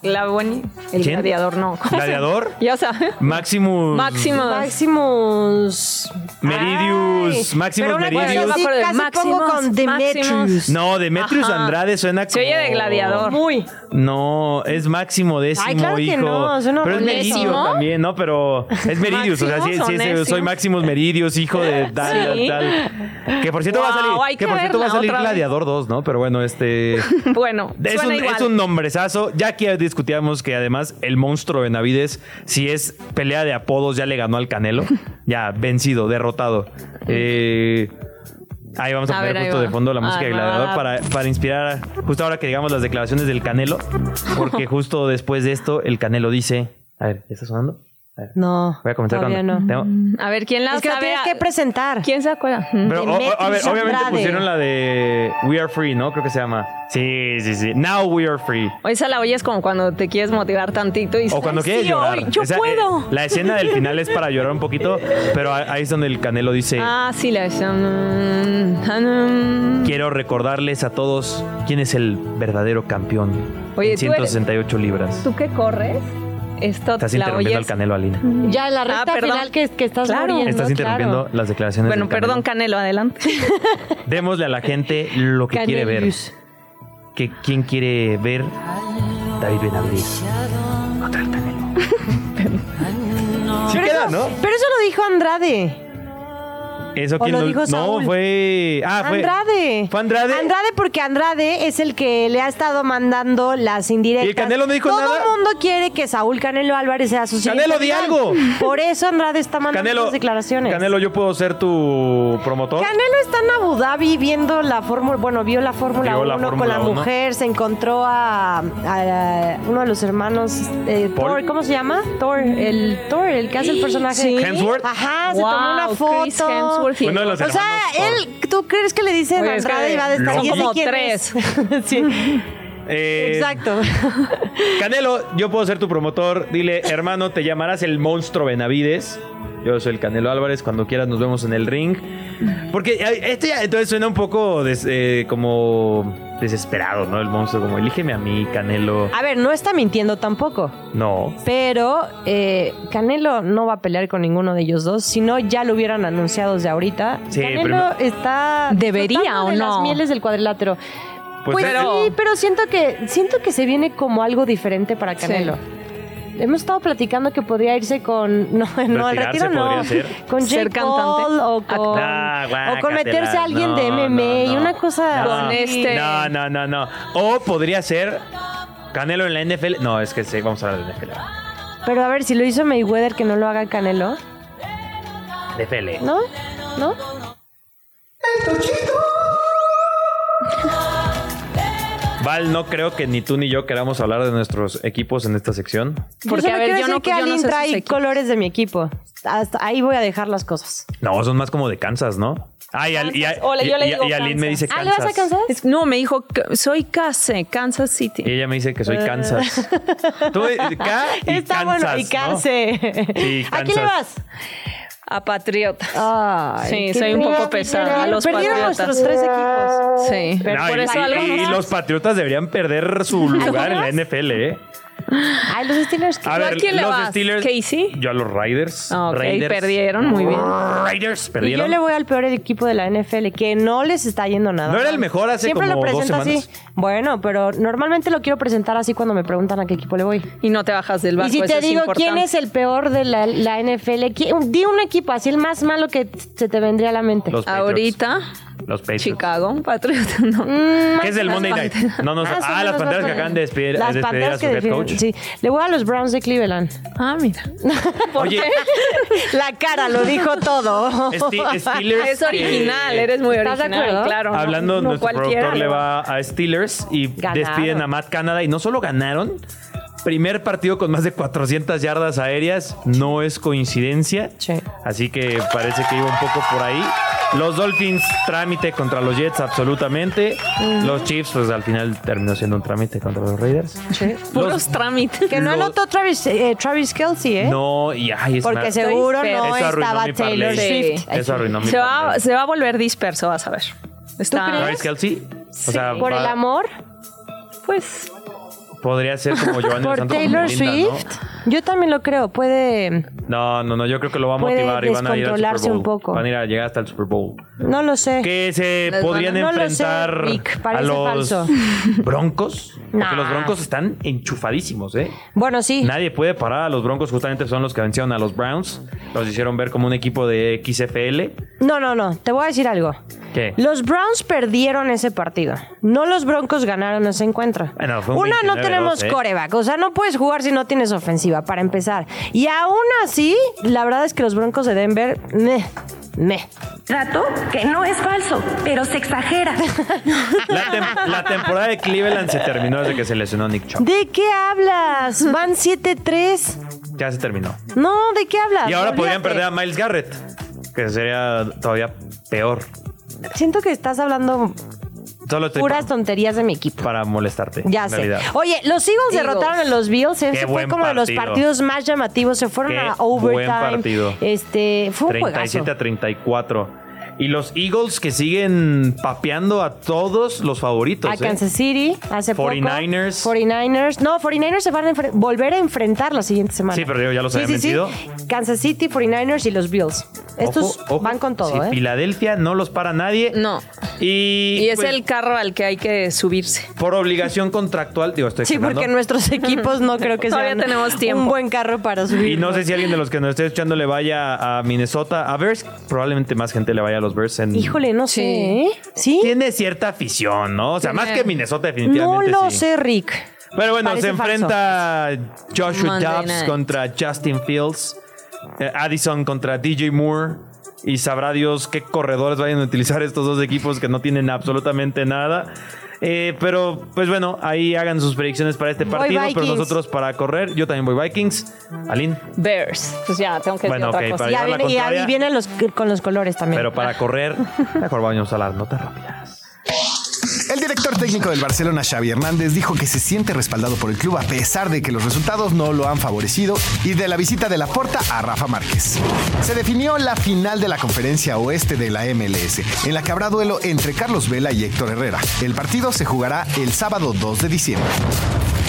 Speaker 4: el, gladi- el
Speaker 2: ¿Quién?
Speaker 4: gladiador, no. ¿Cómo se llama?
Speaker 2: Gladiador. Mm.
Speaker 4: Ya sabes.
Speaker 2: Maximus.
Speaker 4: Máximo.
Speaker 3: Maximus.
Speaker 2: Meridius,
Speaker 3: Ay,
Speaker 2: Maximus
Speaker 3: pero una cosa
Speaker 2: Meridius.
Speaker 3: así,
Speaker 4: Yo me acuerdo de
Speaker 3: casi pongo
Speaker 4: Maximus,
Speaker 3: con Demetrius.
Speaker 4: Maximus.
Speaker 2: No, Demetrius
Speaker 4: Ajá.
Speaker 2: Andrade suena como.
Speaker 4: Se oye de gladiador.
Speaker 3: Muy.
Speaker 2: No, es Máximo décimo,
Speaker 3: Ay, claro que
Speaker 2: hijo.
Speaker 3: no, suena
Speaker 2: pero es
Speaker 4: honesto.
Speaker 2: Meridius también, ¿no? Pero es Meridius. o sea, sí,
Speaker 4: Maximus,
Speaker 2: sí, sí, soy
Speaker 4: Onesimus.
Speaker 2: Maximus Meridius, hijo de tal,
Speaker 4: Sí.
Speaker 2: tal. Que por cierto va a
Speaker 4: Wow,
Speaker 2: salir.
Speaker 4: hay
Speaker 2: Que,
Speaker 4: que
Speaker 2: por cierto va a
Speaker 4: verla
Speaker 2: salir
Speaker 4: otra vez.
Speaker 2: Gladiador 2, ¿no? Pero bueno, este.
Speaker 4: Bueno,
Speaker 2: Es un,
Speaker 4: suena
Speaker 2: es
Speaker 4: igual.
Speaker 2: un nombrezazo. Ya aquí discutíamos que además el monstruo Benavides, si es pelea de apodos, ya le ganó al Canelo. Ya, vencido, derrotado. Eh, ahí vamos a,
Speaker 4: A
Speaker 2: poner
Speaker 4: ver, ahí
Speaker 2: justo
Speaker 4: va.
Speaker 2: de fondo la música
Speaker 4: Ah,
Speaker 2: de
Speaker 4: no,
Speaker 2: Gladiador
Speaker 4: ah.
Speaker 2: para, para inspirar, justo ahora que digamos las declaraciones del Canelo, porque justo después de esto el Canelo dice... A ver, ¿ya está sonando? A ver,
Speaker 3: No.
Speaker 2: voy a comenzar
Speaker 3: todavía
Speaker 2: con...
Speaker 3: no.
Speaker 2: tengo-
Speaker 4: A ver, ¿quién la
Speaker 3: Es que lo
Speaker 4: sabe?
Speaker 3: tienes que presentar.
Speaker 4: ¿Quién se acuerda?
Speaker 2: Pero, o- o- a ver,
Speaker 3: Demetrius
Speaker 2: obviamente
Speaker 3: Andrade.
Speaker 2: pusieron la de We Are Free, ¿no? Creo que se llama. Sí, sí, sí. Now We Are Free.
Speaker 4: O Esa la oyes como cuando te quieres motivar tantito y dices,
Speaker 2: O cuando
Speaker 4: "Ay,
Speaker 2: quieres
Speaker 4: sí,
Speaker 2: llorar.
Speaker 4: hoy, yo
Speaker 2: Esa, eh,
Speaker 4: puedo.
Speaker 2: la escena del final es para llorar un poquito, pero a- ahí es donde el Canelo dice,
Speaker 4: Ah, sí, la um, de...
Speaker 2: quiero recordarles a todos quién es el verdadero campeón.
Speaker 4: Oye,
Speaker 2: en
Speaker 4: tú eres-
Speaker 2: 168 libras.
Speaker 4: ¿Tú qué corres? Esto
Speaker 2: Estás
Speaker 4: la
Speaker 2: interrumpiendo al
Speaker 4: oyes.
Speaker 2: Canelo, Alina.
Speaker 3: Ya, la
Speaker 4: Ah,
Speaker 3: recta
Speaker 4: perdón.
Speaker 3: final que, que estás
Speaker 4: Claro.
Speaker 3: muriendo,
Speaker 2: Estás interrumpiendo
Speaker 3: claro.
Speaker 2: las declaraciones.
Speaker 4: Bueno,
Speaker 2: del Canelo.
Speaker 4: perdón, Canelo, adelante.
Speaker 2: Démosle a la gente lo que quiere ver.
Speaker 3: Canelius.
Speaker 2: Que, ¿Quién quiere ver David Benavides? Contra el Canelo. Sí queda, ¿no?
Speaker 3: Pero eso lo dijo Andrade.
Speaker 2: Eso
Speaker 3: ¿O
Speaker 2: quién
Speaker 3: lo dijo
Speaker 2: No,
Speaker 3: Saúl?
Speaker 2: fue... Ah, fue...
Speaker 3: Andrade.
Speaker 2: Fue Andrade.
Speaker 3: Andrade porque Andrade es el que le ha estado mandando las indirectas.
Speaker 2: ¿Y el Canelo no dijo
Speaker 3: Todo
Speaker 2: nada?
Speaker 3: el mundo quiere que Saúl Canelo Álvarez sea su siguiente
Speaker 2: Canelo, di
Speaker 3: rival.
Speaker 2: algo.
Speaker 3: Por eso Andrade está mandando
Speaker 2: Canelo,
Speaker 3: esas declaraciones.
Speaker 2: Canelo, yo puedo ser tu promotor.
Speaker 3: Canelo está en Abu Dhabi viendo la fórmula, bueno, vio la Fórmula
Speaker 2: Vio
Speaker 3: 1
Speaker 2: la
Speaker 3: con
Speaker 2: Fórmula
Speaker 3: la
Speaker 2: 1.
Speaker 3: mujer, se encontró a, a uno de los hermanos eh,
Speaker 2: Paul.
Speaker 3: Thor, ¿cómo se llama? Thor, el Thor, el que hace el personaje.
Speaker 4: Sí.
Speaker 3: de-
Speaker 2: Hemsworth.
Speaker 3: Ajá, Ah, se
Speaker 4: Wow,
Speaker 3: tomó una foto.
Speaker 4: Chris Hemsworth y-
Speaker 2: Uno de los
Speaker 3: O sea,
Speaker 2: hermanos Thor.
Speaker 3: él, ¿tú crees que le dicen
Speaker 4: Oye, es que
Speaker 3: Andrade y va a estar
Speaker 4: son
Speaker 3: ¿y ese
Speaker 4: como
Speaker 3: quién
Speaker 4: tres.
Speaker 3: es? sí,
Speaker 2: Eh,
Speaker 3: exacto.
Speaker 2: Canelo, yo puedo ser tu promotor. Dile, hermano, te llamarás el monstruo Benavides. Yo soy el Canelo Álvarez. Cuando quieras nos vemos en el ring. Porque eh, este ya entonces suena un poco des- eh, como desesperado, ¿no? El monstruo, como elígeme a mí, Canelo.
Speaker 3: A ver, no está mintiendo tampoco.
Speaker 2: No.
Speaker 3: Pero eh, Canelo no va a pelear con ninguno de ellos dos, si no ya lo hubieran anunciado desde ahota.
Speaker 2: Sí,
Speaker 3: Canelo está
Speaker 4: ¿Debería
Speaker 3: disfrutando
Speaker 4: o
Speaker 3: de
Speaker 4: no?
Speaker 3: las mieles del cuadrilátero.
Speaker 2: Pues
Speaker 3: Pues,
Speaker 4: pero-
Speaker 3: sí, pero siento que siento que se viene como algo diferente para Canelo. Hemos estado platicando que podría irse con no, no el
Speaker 2: Retirarse
Speaker 3: retiro no,
Speaker 2: podría ser.
Speaker 3: con Jake
Speaker 4: Ser cantante.
Speaker 3: Paul o
Speaker 4: Ah,
Speaker 3: con,
Speaker 2: Ah,
Speaker 3: o con
Speaker 2: guácatelas.
Speaker 3: meterse a alguien de
Speaker 2: No,
Speaker 3: MMA
Speaker 2: no,
Speaker 3: y
Speaker 2: no.
Speaker 3: una cosa
Speaker 2: No.
Speaker 4: Con este-
Speaker 2: No, no, no, no. O podría ser Canelo en la NFL. No, es que sí, vamos a hablar de NFL.
Speaker 3: Pero a ver, si lo hizo Mayweather que no lo haga Canelo,
Speaker 2: NFL.
Speaker 3: ¿no? ¿No?
Speaker 2: Val, no creo que ni tú ni yo queramos hablar de nuestros equipos en esta sección.
Speaker 3: yo
Speaker 4: Porque, a
Speaker 3: solo
Speaker 4: ver,
Speaker 3: quiero
Speaker 4: yo
Speaker 3: decir
Speaker 4: no-
Speaker 3: que
Speaker 4: yo no
Speaker 3: alguien
Speaker 4: sé sus
Speaker 3: trae
Speaker 4: equipos.
Speaker 3: colores de mi equipo. Hasta ahí voy a dejar las cosas.
Speaker 2: No, son más como de Kansas, ¿no? Ah, y, Al- y, a-
Speaker 4: Kansas. Hola, yo le
Speaker 2: y- y-
Speaker 4: digo
Speaker 2: y Aline me
Speaker 4: Kansas.
Speaker 2: dice
Speaker 3: Ah,
Speaker 2: Kansas.
Speaker 3: ¿le vas a Kansas?
Speaker 4: Es- no, me dijo, que soy Case, Kansas City.
Speaker 2: Y ella me dice que
Speaker 4: Eh.
Speaker 2: soy Kansas. Tú, eh, K y Kansas,
Speaker 3: Está bueno, y
Speaker 2: ¿no?
Speaker 3: cárcel.
Speaker 2: Y
Speaker 3: ¿A quién le vas?
Speaker 2: Kansas.
Speaker 4: A Patriota.
Speaker 3: Ay,
Speaker 4: Sí,
Speaker 3: qué
Speaker 4: soy un poco
Speaker 3: triste.
Speaker 4: pesada. A los
Speaker 3: Perdieron
Speaker 4: Patriotas.
Speaker 3: nuestros tres equipos.
Speaker 4: Sí.
Speaker 2: No,
Speaker 4: por
Speaker 2: y,
Speaker 4: eso
Speaker 2: y-
Speaker 4: algo
Speaker 2: y
Speaker 4: nos-
Speaker 2: los Patriotas deberían perder su lugar en la NFL, ¿eh?
Speaker 3: Ay, los Steelers.
Speaker 2: A
Speaker 4: ¿Tú a
Speaker 2: ver,
Speaker 4: quién le
Speaker 2: los
Speaker 4: vas?
Speaker 2: Steelers.
Speaker 4: ¿Casey?
Speaker 2: Yo a los Raiders.
Speaker 4: Ah, ok,
Speaker 2: Raiders.
Speaker 4: perdieron, muy bien.
Speaker 2: Raiders,
Speaker 3: Y yo
Speaker 2: perdieron.
Speaker 3: le voy al peor equipo de la NFL, que no les está yendo nada.
Speaker 2: No era
Speaker 3: mal.
Speaker 2: el mejor hace
Speaker 3: Siempre
Speaker 2: como
Speaker 3: lo
Speaker 2: dos
Speaker 3: presento así.
Speaker 2: semanas.
Speaker 3: Bueno, pero normalmente lo quiero presentar así cuando me preguntan a qué equipo le voy.
Speaker 4: Y no te bajas del barco.
Speaker 3: y si
Speaker 4: eso
Speaker 3: te
Speaker 4: es
Speaker 3: digo
Speaker 4: importante.
Speaker 3: quién es el peor de la, la NFL, ¿Qui- un- di un equipo así, el más malo que t- se te vendría a la mente.
Speaker 2: Los Patriots.
Speaker 4: Ahorita,
Speaker 2: Los Patriots.
Speaker 4: Chicago, Patriota, no.
Speaker 3: Mm.
Speaker 4: Ah,
Speaker 2: ¿Qué es el
Speaker 4: Las
Speaker 2: Monday Night?
Speaker 4: Panteras.
Speaker 2: No, no,
Speaker 3: Más o
Speaker 2: ah, las
Speaker 3: menos,
Speaker 2: panteras
Speaker 3: más
Speaker 2: que
Speaker 3: o
Speaker 2: acaban
Speaker 3: menos.
Speaker 2: de despedir,
Speaker 3: Las
Speaker 2: despedir a
Speaker 3: Panteras
Speaker 2: su
Speaker 3: que
Speaker 2: head
Speaker 3: defienden,
Speaker 2: coach.
Speaker 3: Sí, le voy a los Browns de Cleveland.
Speaker 4: Ah, mira. ¿Por
Speaker 2: Oye,
Speaker 4: qué?
Speaker 3: La cara lo dijo todo.
Speaker 2: Esti- Steelers.
Speaker 4: Es original,
Speaker 2: eh,
Speaker 4: eres muy
Speaker 3: ¿Estás de
Speaker 4: original.
Speaker 3: acuerdo?
Speaker 4: Claro. no-
Speaker 2: Hablando,
Speaker 4: no
Speaker 2: nuestro
Speaker 4: cualquiera
Speaker 2: productor le
Speaker 4: va.
Speaker 2: va a Steelers y
Speaker 3: Ganaron.
Speaker 2: despiden a Matt Canada. Y no solo ganaron, primer partido con más de 400 yardas aéreas. No es coincidencia.
Speaker 3: Sí.
Speaker 2: Así que parece que iba un poco por ahí. Los Dolphins, trámite contra los Jets, absolutamente. Los Chiefs, pues al final terminó siendo un trámite contra los Raiders.
Speaker 4: Puros
Speaker 2: Los-
Speaker 4: trámites.
Speaker 3: Que no
Speaker 2: Lo-
Speaker 3: anotó Travis, eh, Travis Kelsey, ¿eh?
Speaker 2: No, y ay, es
Speaker 3: Porque
Speaker 2: una-
Speaker 3: seguro
Speaker 4: feo.
Speaker 3: no
Speaker 2: Eso arruinó
Speaker 3: estaba
Speaker 2: mi
Speaker 3: Taylor
Speaker 2: parlay.
Speaker 4: Sí.
Speaker 3: Swift.
Speaker 2: Eso arruinó mi
Speaker 4: Se va,
Speaker 2: parlay.
Speaker 4: se va a volver disperso, vas a ver. Está,
Speaker 2: Travis Kelce, o sea,
Speaker 3: ¿Por
Speaker 2: va-
Speaker 3: el amor?
Speaker 4: pues,
Speaker 2: podría ser como Giovanni
Speaker 3: ¿Por
Speaker 2: Santos
Speaker 3: Taylor Swift? Yo también lo creo. Puede...
Speaker 2: ¿no? no, no, no, yo creo que lo va a
Speaker 3: Puede
Speaker 2: motivar y van a ir al Super
Speaker 3: descontrolarse
Speaker 2: Bowl.
Speaker 3: un poco.
Speaker 2: Van a ir a llegar hasta el Super Bowl.
Speaker 3: No lo sé.
Speaker 2: Que se
Speaker 4: Les van a-
Speaker 2: podrían
Speaker 3: No lo sé,
Speaker 2: enfrentar
Speaker 3: Vic,
Speaker 2: a
Speaker 3: parece
Speaker 2: los
Speaker 3: falso.
Speaker 2: Broncos, porque
Speaker 3: Nah.
Speaker 2: los Broncos están enchufadísimos, ¿eh?
Speaker 3: Bueno, sí.
Speaker 2: Nadie puede parar a los Broncos, justamente son los que vencieron a los Browns. Los hicieron ver como un equipo de XFL.
Speaker 3: No, no, no. Te voy a decir algo.
Speaker 2: ¿Qué?
Speaker 3: Los Browns perdieron ese partido. No los Broncos ganaron ese encuentro.
Speaker 2: Bueno, fue un
Speaker 3: Una, no
Speaker 2: 29-12,
Speaker 3: tenemos
Speaker 2: ¿eh?
Speaker 3: coreback. O sea, no puedes jugar si no tienes ofensiva, para empezar. Y aún así, la verdad es que los Broncos de Denver... Meh, meh.
Speaker 6: Trato que no es falso, pero se exagera.
Speaker 2: La, tem- la temporada de Cleveland se terminó desde que se lesionó Nick Chubb.
Speaker 3: ¿De qué hablas? Van 7-3.
Speaker 2: Ya se terminó.
Speaker 3: No, ¿de qué hablas?
Speaker 2: Y ahora podrían
Speaker 3: Olvídate.
Speaker 2: perder a Miles Garrett, que sería todavía peor.
Speaker 3: Siento que estás hablando
Speaker 2: Solo estoy
Speaker 3: puras
Speaker 2: pa-
Speaker 3: tonterías de mi equipo.
Speaker 2: para molestarte.
Speaker 3: Ya
Speaker 2: en
Speaker 3: sé.
Speaker 2: realidad.
Speaker 3: Oye, los Eagles,
Speaker 4: Eagles.
Speaker 3: derrotaron a los Bills. ¿eh? Ese
Speaker 2: Qué
Speaker 3: fue
Speaker 2: buen
Speaker 3: como de los
Speaker 2: partido.
Speaker 3: partidos más llamativos. Se fueron
Speaker 2: Qué
Speaker 3: a overtime.
Speaker 2: buen partido.
Speaker 3: Este, fue un
Speaker 2: 37
Speaker 3: juegazo.
Speaker 2: a 34. Y los Eagles que siguen papeando a todos los favoritos.
Speaker 3: A
Speaker 2: ¿eh?
Speaker 3: Kansas City hace
Speaker 2: 49ers.
Speaker 3: poco. 49ers. No, 49ers se van a enfre- volver a enfrentar la siguiente semana.
Speaker 2: Sí, pero ya los
Speaker 3: Sí,
Speaker 2: habían
Speaker 3: sí, sí.
Speaker 2: vencido.
Speaker 3: Kansas City, 49ers y los Bills. Estos
Speaker 2: Ojo, ojo.
Speaker 3: van con todo,
Speaker 2: Sí,
Speaker 3: ¿eh?
Speaker 2: Filadelfia no los para nadie.
Speaker 4: No.
Speaker 2: Y,
Speaker 4: y es
Speaker 2: pues,
Speaker 4: el carro al que hay que subirse.
Speaker 2: Por obligación contractual, digo, estoy
Speaker 3: Sí,
Speaker 2: quemando.
Speaker 3: porque nuestros equipos no creo que
Speaker 4: Todavía
Speaker 3: sean
Speaker 4: tenemos tiempo.
Speaker 3: un buen carro para subir.
Speaker 2: Y no sé si alguien de los que nos esté escuchando le vaya a Minnesota. A Bears, probablemente más gente le vaya a los Bears. En...
Speaker 3: Híjole, no
Speaker 4: Sí.
Speaker 3: sé. ¿eh? ¿Sí?
Speaker 2: Tiene cierta afición, ¿no? O sea, más que Minnesota,
Speaker 3: No
Speaker 2: definitivamente.
Speaker 3: lo
Speaker 2: sí.
Speaker 3: sé, Rick.
Speaker 2: Pero bueno,
Speaker 3: Parece
Speaker 2: se enfrenta Joshua
Speaker 4: Monday
Speaker 2: Dobbs
Speaker 4: night.
Speaker 2: contra Justin Fields, eh, Addison contra DJ Moore. Y sabrá Dios qué corredores vayan a utilizar estos dos equipos que no tienen absolutamente nada. Eh, pero, pues bueno, ahí hagan sus predicciones para este partido. Pero
Speaker 3: Vikings.
Speaker 2: nosotros para correr, yo también voy Vikings. Alin,
Speaker 4: Bears. Pues ya, tengo que
Speaker 2: Bueno,
Speaker 4: decir
Speaker 2: ok,
Speaker 4: otra
Speaker 2: para
Speaker 4: cosa.
Speaker 3: Ya
Speaker 2: llevar la
Speaker 3: viene- Y ahí
Speaker 2: contraria.
Speaker 3: vienen los, con los colores también.
Speaker 2: pero para correr, mejor vamos a las notas rápidas.
Speaker 1: El director técnico del Barcelona, Xavi Hernández, dijo que se siente respaldado por el club a pesar de que los resultados no lo han favorecido y de la visita de Laporta a Rafa Márquez. Se definió la final de la conferencia oeste de la MLS, en la que habrá duelo entre Carlos Vela y Héctor Herrera. El partido se jugará el sábado 2 de diciembre.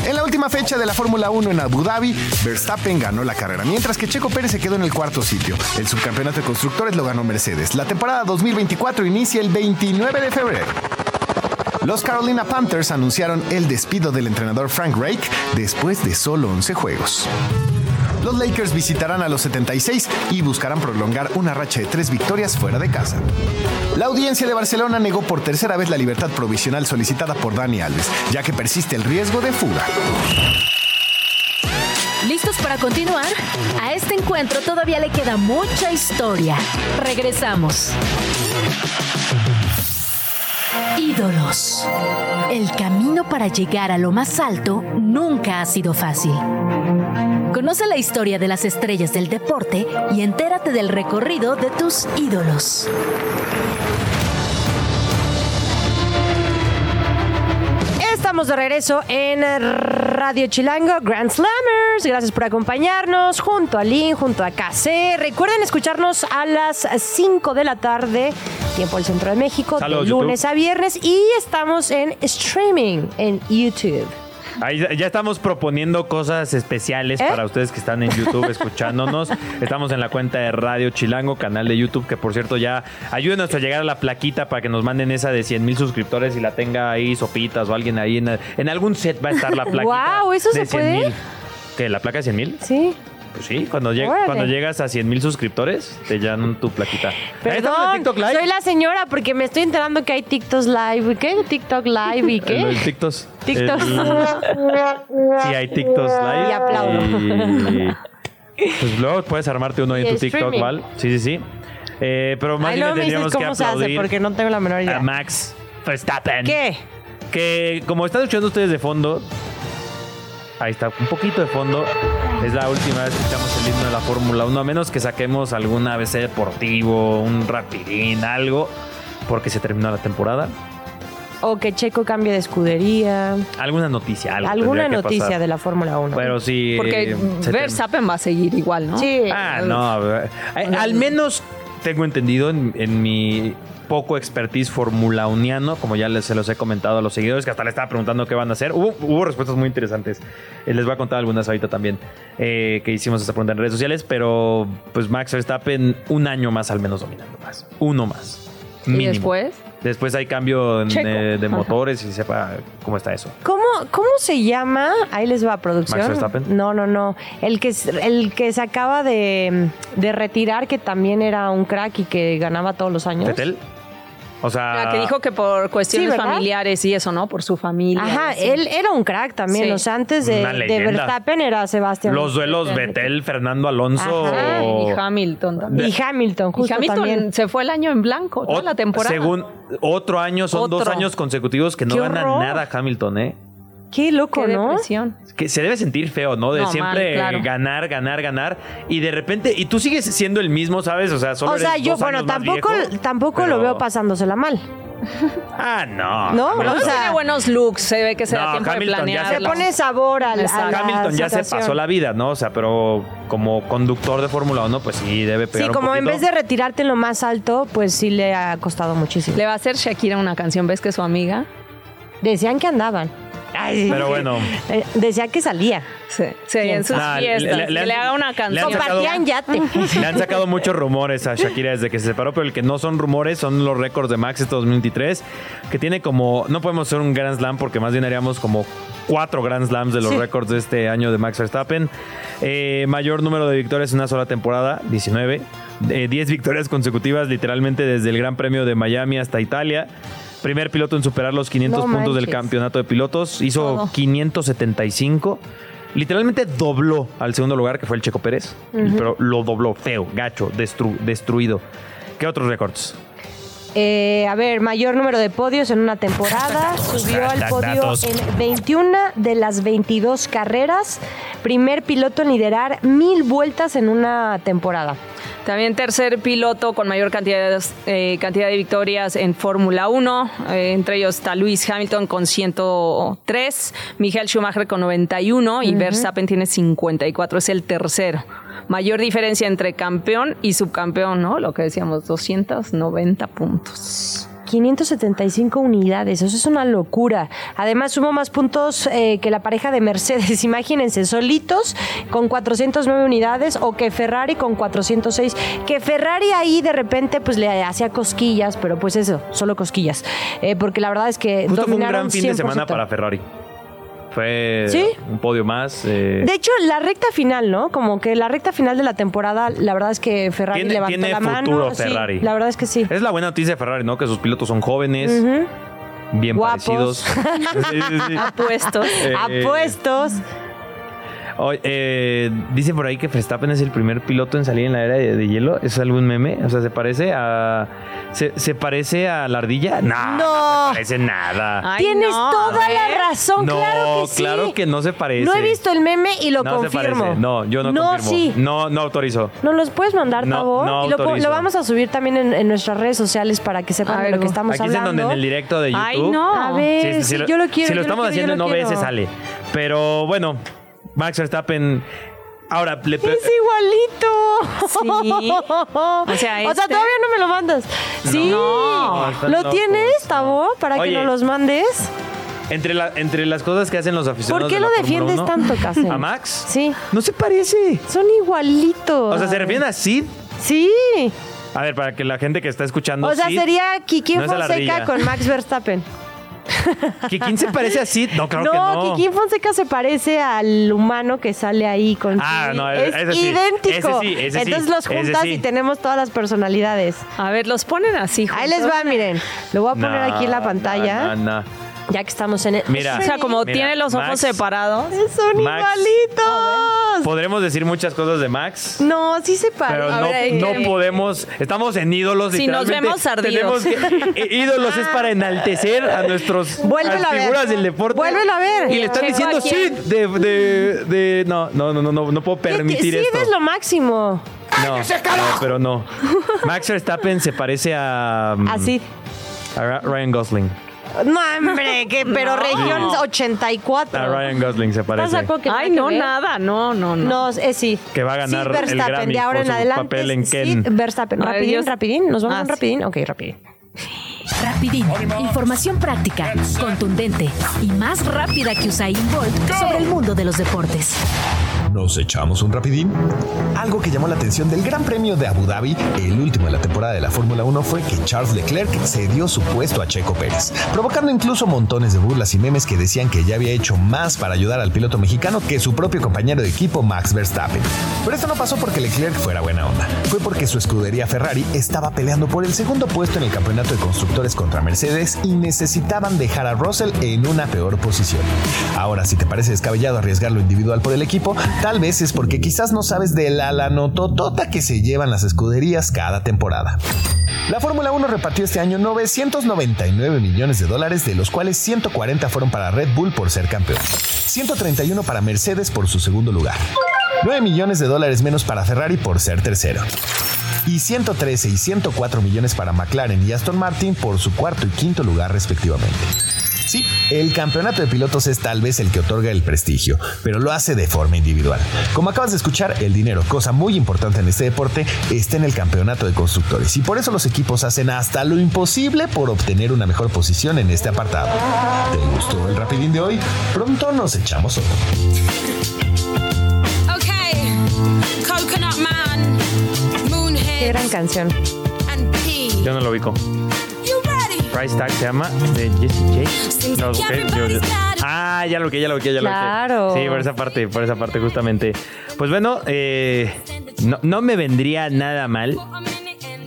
Speaker 1: En la última fecha de la Fórmula 1 en Abu Dhabi, Verstappen ganó la carrera, mientras que Checo Pérez se quedó en el cuarto sitio. El subcampeonato de constructores lo ganó Mercedes. La temporada 2024 inicia el 29 de febrero. Los Carolina Panthers anunciaron el despido del entrenador Frank Reich después de solo 11 juegos. Los Lakers visitarán a los 76 y buscarán prolongar una racha de tres victorias fuera de casa. La audiencia de Barcelona negó por tercera vez la libertad provisional solicitada por Dani Alves, ya que persiste el riesgo de fuga.
Speaker 5: ¿Listos para continuar? A este encuentro todavía le queda mucha historia. Regresamos. Ídolos. El camino para llegar a lo más alto nunca ha sido fácil. Conoce la historia de las estrellas del deporte y entérate del recorrido de tus ídolos.
Speaker 3: Estamos de regreso en Radio Chilango Grand Slammers. Gracias por acompañarnos junto a Lynn, junto a KC. Recuerden escucharnos a las 5 de la tarde, tiempo del centro de México,
Speaker 2: Salud,
Speaker 3: de lunes
Speaker 2: YouTube.
Speaker 3: a viernes. Y estamos en streaming en YouTube.
Speaker 2: Ahí ya estamos proponiendo cosas especiales
Speaker 3: ¿Eh?
Speaker 2: para ustedes que están en YouTube escuchándonos. Estamos en la cuenta de Radio Chilango, canal de YouTube, que por cierto ya ayúdenos a llegar a la plaquita para que nos manden esa de 100 mil suscriptores y la tenga ahí Sopitas o alguien ahí. En, en algún set va a estar la plaquita.
Speaker 3: Guau, ¿eso
Speaker 2: de
Speaker 3: se puede?
Speaker 2: 100,000. ¿Qué? ¿La placa de 100 mil?
Speaker 3: ¿Sí?
Speaker 2: Pues sí, cuando, lleg-
Speaker 3: Órale.
Speaker 2: cuando llegas a 100 mil suscriptores, te dan tu plaquita. Ahí estamos en
Speaker 3: Perdón,
Speaker 2: TikTok Live.
Speaker 3: soy la señora porque me estoy enterando que hay TikTok Live. ¿Qué? ¿TikTok Live y
Speaker 2: El,
Speaker 3: qué?
Speaker 2: el TikTok.
Speaker 3: TikTok.
Speaker 2: El- Sí, hay TikToks live.
Speaker 3: Y aplaudo.
Speaker 2: y- pues luego puedes armarte uno ahí
Speaker 3: Y
Speaker 2: en tu
Speaker 3: el
Speaker 2: TikTok,
Speaker 3: streaming.
Speaker 2: ¿vale? Sí, sí, sí. Eh, pero más
Speaker 3: Ahí
Speaker 2: bien
Speaker 3: luego
Speaker 2: le
Speaker 3: me dices
Speaker 2: tendríamos que
Speaker 3: cómo se hace
Speaker 2: aplaudir
Speaker 3: porque no tengo la menor
Speaker 2: a
Speaker 3: idea.
Speaker 2: Max Verstappen.
Speaker 3: ¿Qué?
Speaker 2: Que como están escuchando ustedes de fondo, ahí está, un poquito de fondo. Es la última vez que escuchamos el himno de la Fórmula 1, a menos que saquemos algún ABC deportivo, un rapidín, algo, porque se terminó la temporada.
Speaker 3: O que Checo cambie de escudería.
Speaker 2: Alguna noticia, algo.
Speaker 3: Alguna
Speaker 2: tendría que
Speaker 3: noticia
Speaker 2: pasar.
Speaker 3: de la Fórmula 1.
Speaker 2: Pero sí. eh,
Speaker 4: Porque
Speaker 2: se term-
Speaker 4: Verstappen va a seguir igual, ¿no?
Speaker 3: Sí.
Speaker 2: Ah, no. a ver. Eh, Al menos tengo entendido en, en mi poco expertise formulauniano, como ya les, se los he comentado a los seguidores, que hasta le estaba preguntando qué van a hacer. Hubo, hubo respuestas muy interesantes. Eh, Les voy a contar algunas ahorita también eh, que hicimos esta pregunta en redes sociales, pero pues Max Verstappen un año más al menos dominando más. Uno más.
Speaker 4: Y
Speaker 2: mínimo.
Speaker 4: después,
Speaker 2: Después hay cambio en,
Speaker 4: Checo.
Speaker 2: eh, de
Speaker 4: Ajá.
Speaker 2: motores y sepa cómo está eso.
Speaker 3: ¿Cómo, ¿Cómo se llama? Ahí les va producción.
Speaker 2: Max Verstappen.
Speaker 3: No, no, no. El que, s- el que se acaba de, de retirar, que también era un crack y que ganaba todos los años.
Speaker 2: ¿Tetel? O sea,
Speaker 4: la que dijo que por cuestiones
Speaker 3: Sí, ¿verdad?
Speaker 4: familiares y eso, ¿no? Por su familia.
Speaker 3: Ajá,
Speaker 4: y así.
Speaker 3: él era un crack también.
Speaker 4: Sí.
Speaker 3: O sea, antes de,
Speaker 2: Una
Speaker 3: de
Speaker 2: leyenda.
Speaker 3: Verstappen era Sebastián.
Speaker 2: Los duelos Betel, Fernando Alonso.
Speaker 3: Ajá,
Speaker 4: Ah,
Speaker 2: Oh.
Speaker 4: Y Hamilton también.
Speaker 3: y Hamilton,
Speaker 4: Y
Speaker 3: justo
Speaker 4: Hamilton
Speaker 3: también.
Speaker 4: se fue el año en blanco, toda
Speaker 2: Ot-
Speaker 4: la temporada.
Speaker 2: Según otro año, son dos
Speaker 4: Otro.
Speaker 2: años consecutivos que no
Speaker 3: ¡Qué
Speaker 2: gana
Speaker 3: horror!
Speaker 2: nada Hamilton, ¿eh?
Speaker 3: Qué loco,
Speaker 4: Qué
Speaker 3: ¿no?
Speaker 4: depresión.
Speaker 2: Que se debe sentir feo, ¿no? De
Speaker 4: No,
Speaker 2: siempre
Speaker 4: mal, claro.
Speaker 2: ganar, ganar, ganar. Y de repente, y tú sigues siendo el mismo, ¿sabes? O sea, solo
Speaker 3: O sea,
Speaker 2: eres
Speaker 3: yo,
Speaker 2: dos
Speaker 3: bueno,
Speaker 2: años más
Speaker 3: tampoco,
Speaker 2: viejo,
Speaker 3: tampoco lo
Speaker 2: pero-
Speaker 3: veo pasándosela mal.
Speaker 2: Ah, no.
Speaker 3: ¿No?
Speaker 2: Hamilton-
Speaker 4: No,
Speaker 3: O sea,
Speaker 4: tiene buenos looks, se ve que se
Speaker 2: No,
Speaker 4: da tiempo
Speaker 2: Hamilton
Speaker 4: de
Speaker 2: ya
Speaker 4: planear.
Speaker 3: Se pone sabor al. a la
Speaker 2: Hamilton ya se
Speaker 3: situación.
Speaker 2: pasó la vida, ¿no? O sea, pero como conductor de Fórmula 1, pues sí, debe
Speaker 3: Sí,
Speaker 2: pegar un
Speaker 3: como en
Speaker 2: poquito.
Speaker 3: vez de retirarte en lo más alto, pues sí le ha costado muchísimo.
Speaker 4: Le va a hacer Shakira una canción, ¿ves que su amiga?
Speaker 3: Decían que andaban. Ay,
Speaker 2: Pero bueno.
Speaker 3: eh, Decía que salía.
Speaker 4: Sí, sí, en sus
Speaker 2: Ah, le-
Speaker 4: fiestas.
Speaker 2: le-
Speaker 4: que
Speaker 2: le
Speaker 4: Le,
Speaker 2: han-
Speaker 4: haga
Speaker 2: le
Speaker 4: una
Speaker 2: han
Speaker 4: canción.
Speaker 2: sacado-
Speaker 3: Compartían yate.
Speaker 2: Le han sacado muchos rumores a Shakira desde que se separó, pero el que no son rumores son los récords de Max este 2023, que tiene como, no podemos hacer un Grand Slam porque más bien haríamos como cuatro Grand Slams de los
Speaker 3: Sí.
Speaker 2: récords de este año de Max Verstappen. Eh, mayor número de victorias en una sola temporada, 19. Eh, 10 victorias consecutivas literalmente desde el Gran Premio de Miami hasta Italia. Primer piloto en superar los 500
Speaker 3: No
Speaker 2: puntos del
Speaker 3: manches.
Speaker 2: campeonato de pilotos. Hizo 575. Literalmente dobló al segundo lugar, que fue el Checo Pérez. Pero lo dobló feo, gacho, destru- destruido. ¿Qué otros récords?
Speaker 3: Eh, a ver, mayor número de podios en una temporada. Subió al podio
Speaker 2: datos.
Speaker 3: en 21 de las 22 carreras. Primer piloto en liderar mil vueltas en una temporada.
Speaker 4: También tercer piloto con mayor cantidad, eh, cantidad de victorias en Fórmula 1. eh, entre ellos está Lewis Hamilton con 103, Michael Schumacher con 91 y Verstappen tiene 54. Es el tercero. Mayor diferencia entre campeón y subcampeón, ¿no? Lo que decíamos, 290 puntos.
Speaker 3: 575 unidades, eso es una locura. Además, sumó más puntos eh, que la pareja de Mercedes, imagínense, solitos con 409 unidades o que Ferrari con 406. Que Ferrari ahí de repente pues le hacía cosquillas, pero pues eso, solo cosquillas. Eh, porque la verdad es que
Speaker 2: Justo fue un
Speaker 3: dominaron
Speaker 2: gran fin de
Speaker 3: 100%.
Speaker 2: semana para Ferrari. Fue
Speaker 3: ¿Sí?
Speaker 2: un podio más. eh,
Speaker 3: De hecho, la recta final, ¿no? Como que la recta final de la temporada, la verdad es que Ferrari
Speaker 2: Tiene-
Speaker 3: levantó
Speaker 2: tiene
Speaker 3: la mano.
Speaker 2: futuro
Speaker 3: Sí,
Speaker 2: Ferrari.
Speaker 3: la verdad es que sí.
Speaker 2: Es la buena noticia de Ferrari, ¿no? Que sus pilotos son jóvenes, bien
Speaker 3: Guapos.
Speaker 2: parecidos. Sí, sí, sí.
Speaker 4: Puestos.
Speaker 2: Eh,
Speaker 3: Apuestos.
Speaker 2: Oye, eh, dice por ahí que Verstappen es el primer piloto en salir en la era de, de hielo. ¿Es algún meme? O sea, ¿se parece a. ¿Se, se parece a la ardilla? No.
Speaker 3: No.
Speaker 2: No se parece nada.
Speaker 4: Ay,
Speaker 3: Tienes
Speaker 4: no,
Speaker 3: toda
Speaker 4: a ver.
Speaker 3: la razón,
Speaker 2: no,
Speaker 3: claro que sí.
Speaker 2: claro que no se parece.
Speaker 3: No he visto el meme y lo
Speaker 2: No se
Speaker 3: confirmo.
Speaker 2: parece. No, yo no, confirmo.
Speaker 3: sí.
Speaker 2: No, no autorizo.
Speaker 3: ¿Nos los puedes mandar,
Speaker 2: No,
Speaker 3: Tavo?
Speaker 2: no
Speaker 3: y lo, po-
Speaker 2: autorizo.
Speaker 3: lo vamos a subir también en, en nuestras redes sociales para que sepan de lo
Speaker 4: Algo.
Speaker 3: que estamos
Speaker 2: Aquí es en
Speaker 3: hablando.
Speaker 2: donde en el directo de YouTube.
Speaker 4: Ay, no.
Speaker 3: A ver, sí,
Speaker 2: lo-
Speaker 3: yo lo quiero.
Speaker 2: Si
Speaker 3: yo
Speaker 2: lo estamos
Speaker 3: quiero, yo
Speaker 2: haciendo en
Speaker 3: lo
Speaker 2: OBS
Speaker 3: quiero.
Speaker 2: sale. Pero bueno, Max Verstappen. Ahora, le pe-
Speaker 3: Es igualito.
Speaker 4: Sí.
Speaker 3: O
Speaker 4: O
Speaker 3: sea,
Speaker 4: sea, este-
Speaker 3: todavía no me lo mandas. Sí.
Speaker 4: No,
Speaker 2: están
Speaker 3: ¿Lo
Speaker 2: locos,
Speaker 3: tienes, Tavo? Para que
Speaker 2: Oye.
Speaker 3: nos los mandes.
Speaker 2: entre, la- entre las cosas que hacen los aficionados.
Speaker 3: ¿Por qué
Speaker 2: de
Speaker 3: lo
Speaker 2: la Fórmula
Speaker 3: defiendes
Speaker 2: 1,
Speaker 3: tanto, Casey?
Speaker 2: ¿A Max?
Speaker 3: Sí.
Speaker 2: No se parece.
Speaker 3: Son igualitos.
Speaker 2: O sea, ¿se refieren a Sid?
Speaker 3: Sí.
Speaker 2: A ver, para que la gente que está escuchando.
Speaker 3: o sea,
Speaker 2: Sid-
Speaker 3: sería Kiki
Speaker 2: no es a la
Speaker 3: Fonseca
Speaker 2: ardilla.
Speaker 3: con Max Verstappen.
Speaker 2: ¿Que quién se parece a Sid? No, claro que no.
Speaker 3: Kiki Fonseca se parece al humano que sale ahí con
Speaker 2: Ah,
Speaker 3: Kiki.
Speaker 2: no,
Speaker 3: es
Speaker 2: ese sí.
Speaker 3: idéntico.
Speaker 2: Ese sí, ese sí,
Speaker 3: Entonces los
Speaker 2: ese
Speaker 3: juntas
Speaker 2: sí.
Speaker 3: y tenemos todas las personalidades.
Speaker 4: A ver, los ponen así.
Speaker 3: Ahí les va, miren. Lo voy a poner
Speaker 2: No,
Speaker 3: aquí en la
Speaker 2: No,
Speaker 3: pantalla,
Speaker 2: no, no.
Speaker 3: ya que estamos en el
Speaker 2: Mira.
Speaker 4: O sea, como
Speaker 2: Mira,
Speaker 4: tiene los ojos
Speaker 2: Max.
Speaker 4: separados.
Speaker 3: Son
Speaker 2: Max.
Speaker 3: igualitos.
Speaker 2: Podremos decir muchas cosas de Max.
Speaker 3: No, eh, sí se parecen.
Speaker 2: Pero
Speaker 4: A
Speaker 2: no,
Speaker 4: ver, hay
Speaker 2: no
Speaker 4: que-
Speaker 2: podemos, estamos en ídolos.
Speaker 4: Si nos
Speaker 2: literalmente.
Speaker 4: vemos ardidos.
Speaker 2: Tenemos que- eh, ídolos es para enaltecer a nuestros
Speaker 3: Vuélvelo
Speaker 2: a las
Speaker 3: a ver.
Speaker 2: figuras del deporte.
Speaker 3: Vuélvelo a ver.
Speaker 2: Y le están
Speaker 4: Checo
Speaker 2: diciendo
Speaker 4: aquí.
Speaker 2: sí de, de, de- no, no, no, no, no, no puedo permitir
Speaker 3: sí,
Speaker 2: esto.
Speaker 3: es lo máximo.
Speaker 2: no, no, pero no. Max Verstappen se parece a, mm,
Speaker 3: Así.
Speaker 2: a Ra- Ryan Gosling.
Speaker 3: No, hombre, que, pero
Speaker 4: No.
Speaker 3: región
Speaker 4: Sí.
Speaker 3: 84.
Speaker 2: A Ryan Gosling se
Speaker 3: ¿Estás de
Speaker 2: parece.
Speaker 3: acuerdo que nada que
Speaker 4: Ay, no,
Speaker 3: ver?
Speaker 4: nada. No, no, no.
Speaker 3: No, es eh, sí.
Speaker 2: Que va a
Speaker 3: Sí,
Speaker 2: ganar el
Speaker 3: Verstappen,
Speaker 2: Grammy
Speaker 3: de ahora
Speaker 2: por
Speaker 3: en
Speaker 2: su
Speaker 3: adelante.
Speaker 2: papel en
Speaker 3: sí,
Speaker 2: Ken.
Speaker 3: Verstappen,
Speaker 4: Ay,
Speaker 3: rapidín,
Speaker 4: Dios.
Speaker 3: rapidín. Nos vamos
Speaker 4: Ah,
Speaker 3: un
Speaker 4: sí.
Speaker 3: rapidín. Ok, rapidín.
Speaker 5: Rapidín, información práctica, contundente y más rápida que Usain Bolt sobre el mundo de los deportes.
Speaker 7: Nos echamos un rapidín.
Speaker 1: Algo que llamó la atención del Gran Premio de Abu Dhabi, el último de la temporada de la Fórmula 1, fue que Charles Leclerc cedió su puesto a Checo Pérez, provocando incluso montones de burlas y memes que decían que ya había hecho más para ayudar al piloto mexicano que su propio compañero de equipo Max Verstappen. Pero esto no pasó porque Leclerc fuera buena onda, fue porque su escudería Ferrari estaba peleando por el segundo puesto en el campeonato de constructores contra Mercedes y necesitaban dejar a Russell en una peor posición. Ahora, si te parece descabellado arriesgar lo individual por el equipo, tal vez es porque quizás no sabes de la lanototota que se llevan las escuderías cada temporada. La Fórmula 1 repartió este año 999 millones de dólares, de los cuales 140 fueron para Red Bull por ser campeón, 131 para Mercedes por su segundo lugar, 9 millones de dólares menos para Ferrari por ser tercero, y 113 y 104 millones para McLaren y Aston Martin por su cuarto y quinto lugar respectivamente. Sí, el campeonato de pilotos es tal vez el que otorga el prestigio, pero lo hace de forma individual. Como acabas de escuchar, el dinero, cosa muy importante en este deporte, está en el campeonato de constructores y por eso los equipos hacen hasta lo imposible por obtener una mejor posición en este apartado. ¿Te gustó el rapidín de hoy? Pronto nos echamos otro.
Speaker 8: Okay, Coconut Man,
Speaker 3: Qué
Speaker 8: Moonhead,
Speaker 3: gran canción.
Speaker 8: and P.
Speaker 2: Yo no lo ubico.
Speaker 8: You ready?
Speaker 2: Price Tag se llama de Jesse J. No, ok, yo- yo- Ah, ya lo que, ya lo que, ya lo que.
Speaker 3: Claro.
Speaker 2: Sí, por esa parte, por esa parte justamente. Pues bueno, eh, no, no me vendría nada mal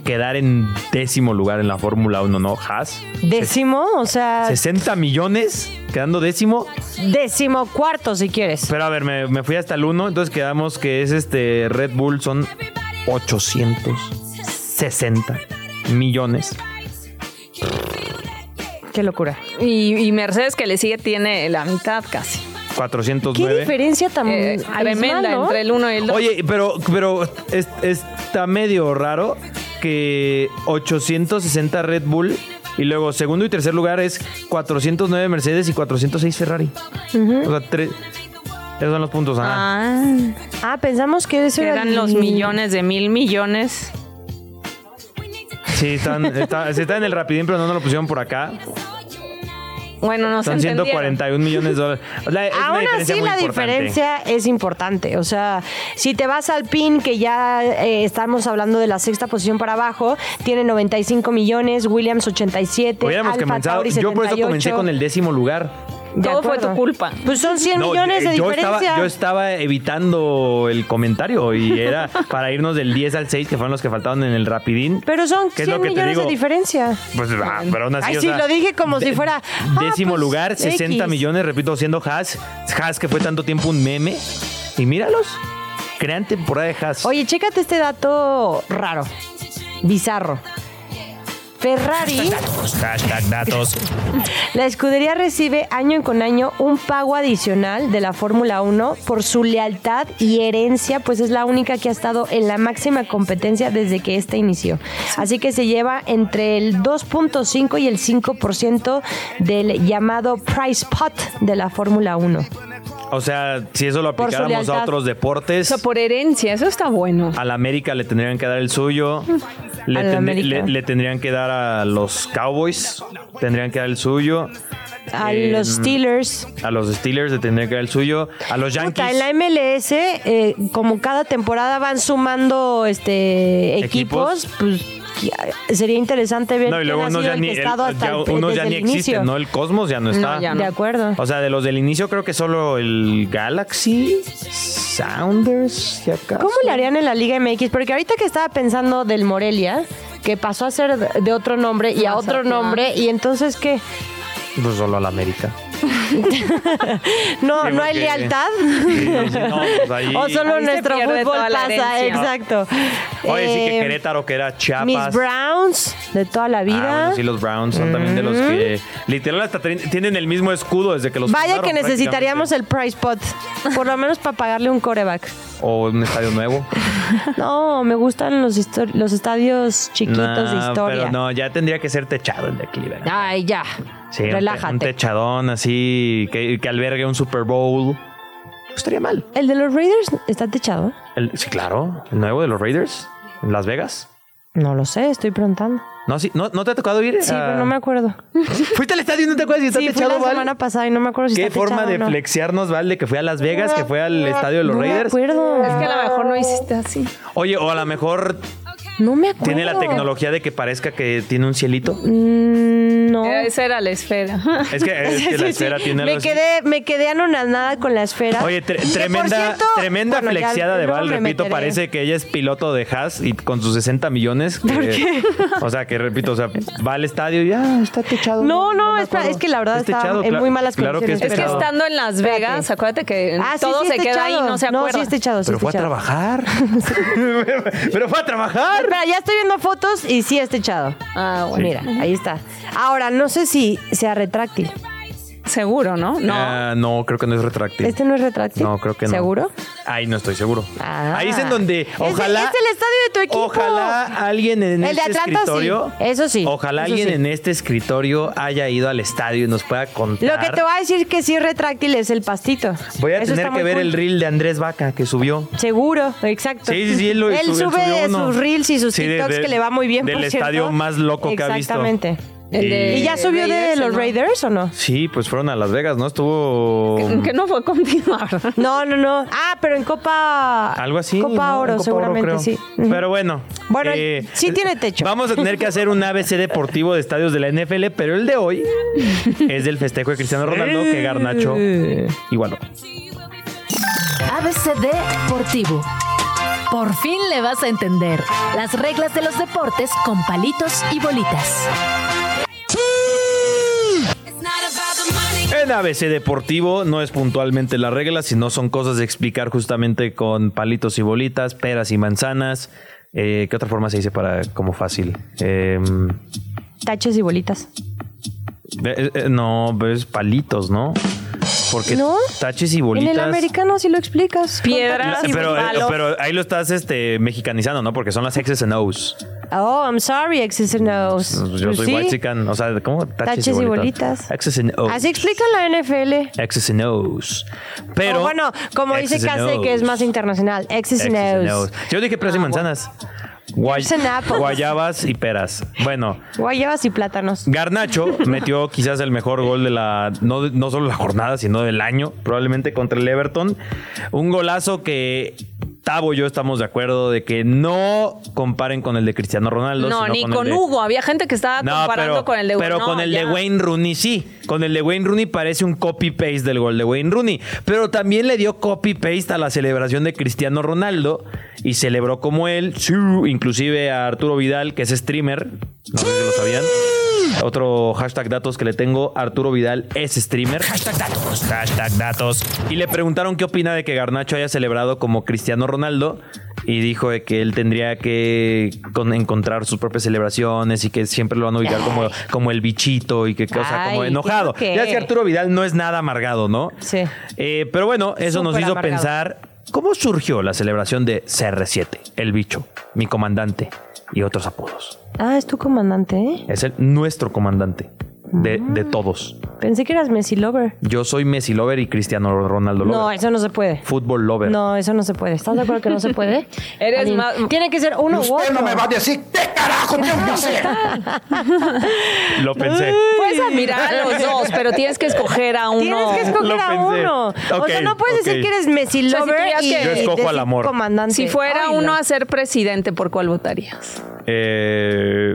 Speaker 2: quedar en décimo lugar en la Fórmula 1, ¿no? Haas.
Speaker 3: Décimo, o sea,
Speaker 2: 60 millones, quedando décimo.
Speaker 3: décimo cuarto si quieres.
Speaker 2: Pero a ver, me, me fui hasta el 1, entonces quedamos que es este Red Bull, son 860 millones.
Speaker 3: Qué locura.
Speaker 2: Pues
Speaker 4: Y, y Mercedes, que le sigue, tiene la mitad casi.
Speaker 3: Qué
Speaker 2: 409.
Speaker 3: diferencia tan
Speaker 4: Eh,
Speaker 3: abismal,
Speaker 4: tremenda
Speaker 3: ¿no?
Speaker 4: entre el uno y el dos.
Speaker 2: Oye, pero, pero es- está medio raro que 860 Red Bull y luego segundo y tercer lugar es 409 Mercedes y 406 Ferrari. O sea, tres. Esos son los puntos. Ah.
Speaker 4: Ah,
Speaker 3: Ah, pensamos que eso
Speaker 4: que
Speaker 3: era
Speaker 4: eran
Speaker 3: el-
Speaker 4: los millones de mil millones.
Speaker 2: Sí, están, está, sí está en el rapidín, pero no nos lo pusieron por acá.
Speaker 4: Bueno, no
Speaker 2: Son
Speaker 4: se entendieron.
Speaker 2: 141 millones de dólares. O sea, es una diferencia muy
Speaker 3: Aún así, la
Speaker 2: importante.
Speaker 3: diferencia es importante. O sea, si te vas al PIN, que ya eh, estamos hablando de la sexta posición para abajo, tiene 95 millones, Williams 87,
Speaker 2: Hubiéramos
Speaker 3: Alfa
Speaker 2: comenzado.
Speaker 3: Tauri
Speaker 2: Yo por eso
Speaker 3: 78.
Speaker 2: comencé con el décimo lugar.
Speaker 3: De
Speaker 4: Todo fue
Speaker 3: acuerdo.
Speaker 4: tu culpa.
Speaker 3: Pues son 100
Speaker 2: No,
Speaker 3: millones de
Speaker 2: eh, yo
Speaker 3: diferencia.
Speaker 2: Estaba, yo estaba evitando el comentario y era para irnos del 10 al 6, que fueron los que faltaban en el rapidín.
Speaker 3: Pero son
Speaker 2: ¿Qué es lo
Speaker 3: 100
Speaker 2: que te
Speaker 3: millones de
Speaker 2: digo?
Speaker 3: diferencia.
Speaker 2: Pues, ah, pero aún así,
Speaker 3: Ay,
Speaker 2: o
Speaker 3: sí,
Speaker 2: sea,
Speaker 3: lo dije como si fuera, ah,
Speaker 2: Décimo
Speaker 3: pues,
Speaker 2: lugar, 60
Speaker 3: X.
Speaker 2: millones, repito, siendo Haas. Haas que fue tanto tiempo un meme. Y míralos. Gran temporada de Haas.
Speaker 3: Oye, chécate este dato raro, bizarro. Ferrari,
Speaker 2: Hashtag datos.
Speaker 3: la escudería recibe año con año un pago adicional de la Fórmula 1 por su lealtad y herencia, pues es la única que ha estado en la máxima competencia desde que esta inició. Así que se lleva entre el 2.5 y el 5% del llamado price pot de la Fórmula 1.
Speaker 2: O sea, si eso lo
Speaker 3: Por su
Speaker 2: aplicáramos a
Speaker 3: lealtad.
Speaker 2: otros
Speaker 4: O
Speaker 2: deportes,
Speaker 4: sea, por herencia, eso está bueno.
Speaker 2: a la América le tendrían que dar el suyo. Le,
Speaker 3: A la
Speaker 2: tendr-
Speaker 3: América.
Speaker 2: le- le tendrían que dar a los Cowboys, tendrían que dar el suyo.
Speaker 3: A
Speaker 2: Eh,
Speaker 3: los Steelers.
Speaker 2: A los Steelers le tendrían que dar el suyo. A los Yankees.
Speaker 3: Puta, en la MLS, eh, como cada temporada van sumando este equipos,
Speaker 2: Equipos.
Speaker 3: pues qui- sería interesante ver
Speaker 2: No, y
Speaker 3: quién
Speaker 2: luego
Speaker 3: ha
Speaker 2: unos
Speaker 3: sido
Speaker 2: ya
Speaker 3: el
Speaker 2: ni,
Speaker 3: que ha
Speaker 2: el-
Speaker 3: estado hasta
Speaker 2: ya-
Speaker 3: el-
Speaker 2: unos
Speaker 3: desde
Speaker 2: ya
Speaker 3: el
Speaker 2: ni
Speaker 3: inicio.
Speaker 2: existen, ¿no? El Cosmos ya no está.
Speaker 4: ya no.
Speaker 3: De acuerdo.
Speaker 2: O sea, de los del inicio creo que solo el Galaxy, Sounders, si acaso.
Speaker 3: ¿Cómo le harían en la Liga MX? Porque ahorita que estaba pensando del Morelia, que pasó a ser de- de otro nombre y a otro
Speaker 4: Mazatlán.
Speaker 3: nombre, y entonces ¿qué?
Speaker 2: Pues solo al América.
Speaker 3: No,
Speaker 2: Sí,
Speaker 3: no hay
Speaker 2: porque-
Speaker 3: lealtad.
Speaker 2: Sí, sí, no, pues ahí-
Speaker 3: o solo
Speaker 4: Ahí se
Speaker 3: nuestro
Speaker 4: pierde
Speaker 3: fútbol
Speaker 4: toda la
Speaker 3: pasa,
Speaker 4: herencia.
Speaker 3: exacto.
Speaker 2: Oye, sí que
Speaker 3: Eh,
Speaker 2: Querétaro, que era Chiapas.
Speaker 3: Mis Browns de toda la
Speaker 2: Ah,
Speaker 3: vida.
Speaker 2: bueno, sí, los Browns son también de los que literal hasta trin- tienen el mismo escudo desde que los
Speaker 3: Mm. Vaya
Speaker 2: fundaron,
Speaker 3: que necesitaríamos
Speaker 2: prácticamente.
Speaker 3: el price pot, por lo menos para pagarle un coreback.
Speaker 2: O un estadio nuevo.
Speaker 3: No, me gustan los, histo- los estadios chiquitos de
Speaker 2: Nah,
Speaker 3: historia.
Speaker 2: Pero no, ya tendría que ser techado el de Cleveland.
Speaker 3: Ay, ya.
Speaker 2: Sí, un te-
Speaker 3: Relájate.
Speaker 2: Un, techadón así que, que albergue un Super Bowl. No estaría mal.
Speaker 3: ¿El de los Raiders está techado?
Speaker 2: El- sí, claro. El nuevo de los Raiders en Las Vegas.
Speaker 3: No lo sé, estoy preguntando.
Speaker 2: No, sí, no, ¿no te ha tocado ir.
Speaker 3: Sí,
Speaker 2: a-
Speaker 3: pero no me acuerdo.
Speaker 2: Fuiste al estadio y no te acuerdas si está
Speaker 3: Sí, fui
Speaker 2: techado,
Speaker 3: la
Speaker 2: Val?
Speaker 3: semana pasada y no me acuerdo si
Speaker 2: Qué
Speaker 3: está
Speaker 2: forma
Speaker 3: techado
Speaker 2: de
Speaker 3: o no.
Speaker 2: flexiarnos, Valde, que fue a Las Vegas, que fue al estadio de los
Speaker 3: no
Speaker 2: Raiders.
Speaker 3: me acuerdo.
Speaker 4: Es que a lo mejor no hiciste así.
Speaker 2: Oye, o a lo mejor
Speaker 3: No me acuerdo.
Speaker 2: tiene la tecnología de que parezca que tiene un cielito.
Speaker 3: Mm, no.
Speaker 4: Eh, Esa era la esfera.
Speaker 2: Es que, es que la
Speaker 3: Sí, sí.
Speaker 2: esfera tiene algo
Speaker 3: me
Speaker 2: así.
Speaker 3: quedé, me quedé anonadada con la esfera.
Speaker 2: Oye, tre-
Speaker 3: Que, por
Speaker 2: tremenda,
Speaker 3: cierto,
Speaker 2: tremenda
Speaker 3: bueno, ya
Speaker 2: flexiada de
Speaker 3: luego
Speaker 2: Val,
Speaker 3: me
Speaker 2: repito,
Speaker 3: meteré.
Speaker 2: parece que ella es piloto de Haas y con sus 60 millones. que- O sea, que repito, o sea, va al estadio y ya está techado.
Speaker 3: No, no,
Speaker 2: me
Speaker 3: es, pra-
Speaker 2: acuerdo.
Speaker 3: es que la verdad
Speaker 2: Es
Speaker 3: está
Speaker 2: techado,
Speaker 3: en
Speaker 2: cla-
Speaker 3: muy malas
Speaker 2: claro que
Speaker 3: condiciones.
Speaker 2: es
Speaker 4: Es que
Speaker 2: Pero-
Speaker 4: estando en Las
Speaker 3: Espérate.
Speaker 4: Vegas, acuérdate que
Speaker 3: Ah, sí,
Speaker 4: todo
Speaker 3: sí,
Speaker 4: se
Speaker 3: está
Speaker 4: queda ahí,
Speaker 3: echado.
Speaker 4: no se acuerda.
Speaker 3: No, sí está echado, sí
Speaker 2: Pero
Speaker 3: está
Speaker 2: fue a
Speaker 3: echado.
Speaker 2: trabajar. Pero fue a trabajar.
Speaker 3: Espera, ya estoy viendo fotos y sí está echado. Pues
Speaker 4: Ah, bueno.
Speaker 3: Mira, ahí está. Ahora, no sé si sea retráctil.
Speaker 4: Seguro, ¿no? No.
Speaker 2: Ah, no, creo que no es retráctil.
Speaker 3: ¿Este no es retráctil?
Speaker 2: No, creo que no.
Speaker 3: ¿Seguro?
Speaker 2: Ahí no estoy seguro.
Speaker 3: Ah.
Speaker 2: Ahí es en donde,
Speaker 3: Es el-
Speaker 2: ojalá.
Speaker 3: es el estadio de tu equipo.
Speaker 2: Ojalá alguien en
Speaker 3: El
Speaker 2: este
Speaker 3: de Atlanta,
Speaker 2: escritorio.
Speaker 3: sí. Eso sí,
Speaker 2: Ojalá
Speaker 3: eso
Speaker 2: alguien
Speaker 3: sí.
Speaker 2: en este escritorio haya ido al estadio y nos pueda contar.
Speaker 3: Lo que te voy a decir que sí es retráctil es el pastito.
Speaker 2: Voy a
Speaker 3: Eso
Speaker 2: tener
Speaker 3: está
Speaker 2: que
Speaker 3: muy
Speaker 2: ver
Speaker 3: cool.
Speaker 2: el reel de Andrés Vaca que subió.
Speaker 3: Seguro, exacto.
Speaker 2: Sí, sí, sí, él, lo
Speaker 3: Él
Speaker 2: subió-
Speaker 3: sube
Speaker 2: subió uno.
Speaker 3: sus reels y sus
Speaker 2: Sí, de-
Speaker 3: TikToks
Speaker 2: de-
Speaker 3: que le va muy bien,
Speaker 2: Del
Speaker 3: por cierto.
Speaker 2: estadio más loco que ha visto.
Speaker 3: Exactamente.
Speaker 4: El de-
Speaker 3: ¿Y ya
Speaker 4: Eh,
Speaker 3: subió de
Speaker 4: Raiders,
Speaker 3: los
Speaker 4: ¿no?
Speaker 3: Raiders o no?
Speaker 2: Sí, pues fueron a Las Vegas, ¿no? Estuvo.
Speaker 4: Que no fue contigo, ¿verdad?
Speaker 3: No, no, no. Ah, pero en Copa.
Speaker 2: Algo así.
Speaker 3: Copa
Speaker 2: ¿no?
Speaker 3: Oro,
Speaker 2: Copa
Speaker 3: seguramente,
Speaker 2: creo.
Speaker 3: sí. Ujú.
Speaker 2: Pero bueno. eh,
Speaker 3: Bueno, sí tiene techo.
Speaker 2: Vamos a tener que hacer un ABC deportivo de estadios de la NFL, pero el de hoy es del festejo de Cristiano Ronaldo que Garnacho igualó.
Speaker 5: ABC Deportivo. Por fin le vas a entender las reglas de los deportes con palitos y bolitas.
Speaker 8: It's not about the money.
Speaker 2: En ABC Deportivo no es puntualmente la regla, sino son cosas de explicar justamente con palitos y bolitas, peras y manzanas. Eh, ¿Qué otra forma se dice para como fácil? Eh,
Speaker 3: Taches y bolitas.
Speaker 2: eh, eh, no, pero es palitos, ¿no? Porque
Speaker 3: ¿No?
Speaker 2: taches y bolitas.
Speaker 3: En el pues, americano sí lo explicas.
Speaker 4: Piedras
Speaker 3: Con
Speaker 4: y
Speaker 2: pero, eh,
Speaker 4: palos.
Speaker 2: pero ahí lo estás este, mexicanizando, ¿no? Porque son las X's and O's.
Speaker 3: taches. Oh, I'm sorry, exes and O's.
Speaker 2: Pues, Yo soy
Speaker 3: Pues Sí.
Speaker 2: white chican. O sea, ¿cómo? Taches,
Speaker 3: Taches y
Speaker 2: y
Speaker 3: bolitas.
Speaker 2: bolitas. X's and O's.
Speaker 3: Así explica la NFL.
Speaker 2: X's and O's. Pero.
Speaker 3: Pero, Oh, bueno, como dice
Speaker 2: X's and
Speaker 3: Case, que es
Speaker 2: O's.
Speaker 3: más internacional. Exes and
Speaker 2: X's and
Speaker 3: O's.
Speaker 2: O's. Yo dije peras y manzanas. Guay-
Speaker 3: Pears and apples.
Speaker 2: guayabas y peras. Bueno,
Speaker 3: Guayabas y plátanos.
Speaker 2: Garnacho metió quizás el mejor gol de la. No, no solo la jornada, sino del año, probablemente contra el Everton. Un golazo que. Tavo y yo estamos de acuerdo de que no comparen con el de Cristiano Ronaldo.
Speaker 4: No,
Speaker 2: sino
Speaker 4: ni
Speaker 2: el
Speaker 4: con
Speaker 2: de-
Speaker 4: Hugo. Había gente que estaba
Speaker 2: No,
Speaker 4: comparando
Speaker 2: pero,
Speaker 4: con el de Hugo.
Speaker 2: pero
Speaker 4: No,
Speaker 2: con el de
Speaker 4: ya.
Speaker 2: Wayne Rooney sí. Con el de Wayne Rooney parece un copy-paste del gol de Wayne Rooney. Pero también le dio copy-paste a la celebración de Cristiano Ronaldo y celebró como él, sí, inclusive a Arturo Vidal, que es streamer. No sé si lo sabían. Otro hashtag datos que le tengo, Arturo Vidal es streamer.
Speaker 9: Hashtag datos.
Speaker 2: Hashtag datos. Y le preguntaron qué opina de que Garnacho haya celebrado como Cristiano Ronaldo y dijo de que él tendría que con- encontrar sus propias celebraciones y que siempre lo van a ubicar como, como el bichito y que cosa como
Speaker 3: Ay,
Speaker 2: enojado.
Speaker 3: creo que-
Speaker 2: Ya es que Arturo Vidal no es nada amargado, ¿no?
Speaker 3: Sí.
Speaker 2: Eh, pero bueno, eso nos
Speaker 3: Súper
Speaker 2: hizo
Speaker 3: amargado.
Speaker 2: pensar cómo surgió la celebración de CR7, el bicho, mi comandante y otros apodos.
Speaker 3: Ah, es tu comandante, ¿eh?
Speaker 2: Es el, nuestro comandante de,
Speaker 3: Ah.
Speaker 2: de todos.
Speaker 3: Pensé que eras Messi Lover.
Speaker 2: Yo soy Messi Lover y Cristiano Ronaldo Lover.
Speaker 3: No, eso no se puede.
Speaker 2: Fútbol Lover.
Speaker 3: No, eso no se puede. ¿Estás de acuerdo que no se puede?
Speaker 4: Eres
Speaker 3: Aline,
Speaker 4: más-
Speaker 3: Tiene que ser uno u otro.
Speaker 1: decir qué carajo tengo que hacer.
Speaker 2: Lo pensé.
Speaker 3: Ah.
Speaker 4: Puedes admirar a los dos, pero tienes que escoger a uno.
Speaker 3: Tienes que escoger
Speaker 2: Lo
Speaker 3: a
Speaker 2: pensé.
Speaker 3: uno. o
Speaker 2: Ok,
Speaker 3: sea, no puedes
Speaker 2: ok.
Speaker 3: decir que eres Messi
Speaker 4: sea, si
Speaker 3: Lover
Speaker 4: tuvieras
Speaker 3: y
Speaker 4: que- Yo
Speaker 2: escojo
Speaker 3: decir
Speaker 2: al amor.
Speaker 3: comandante.
Speaker 4: Si fuera
Speaker 3: Ay,
Speaker 4: uno
Speaker 3: no.
Speaker 4: a ser presidente, ¿por cuál votarías?
Speaker 2: Eh,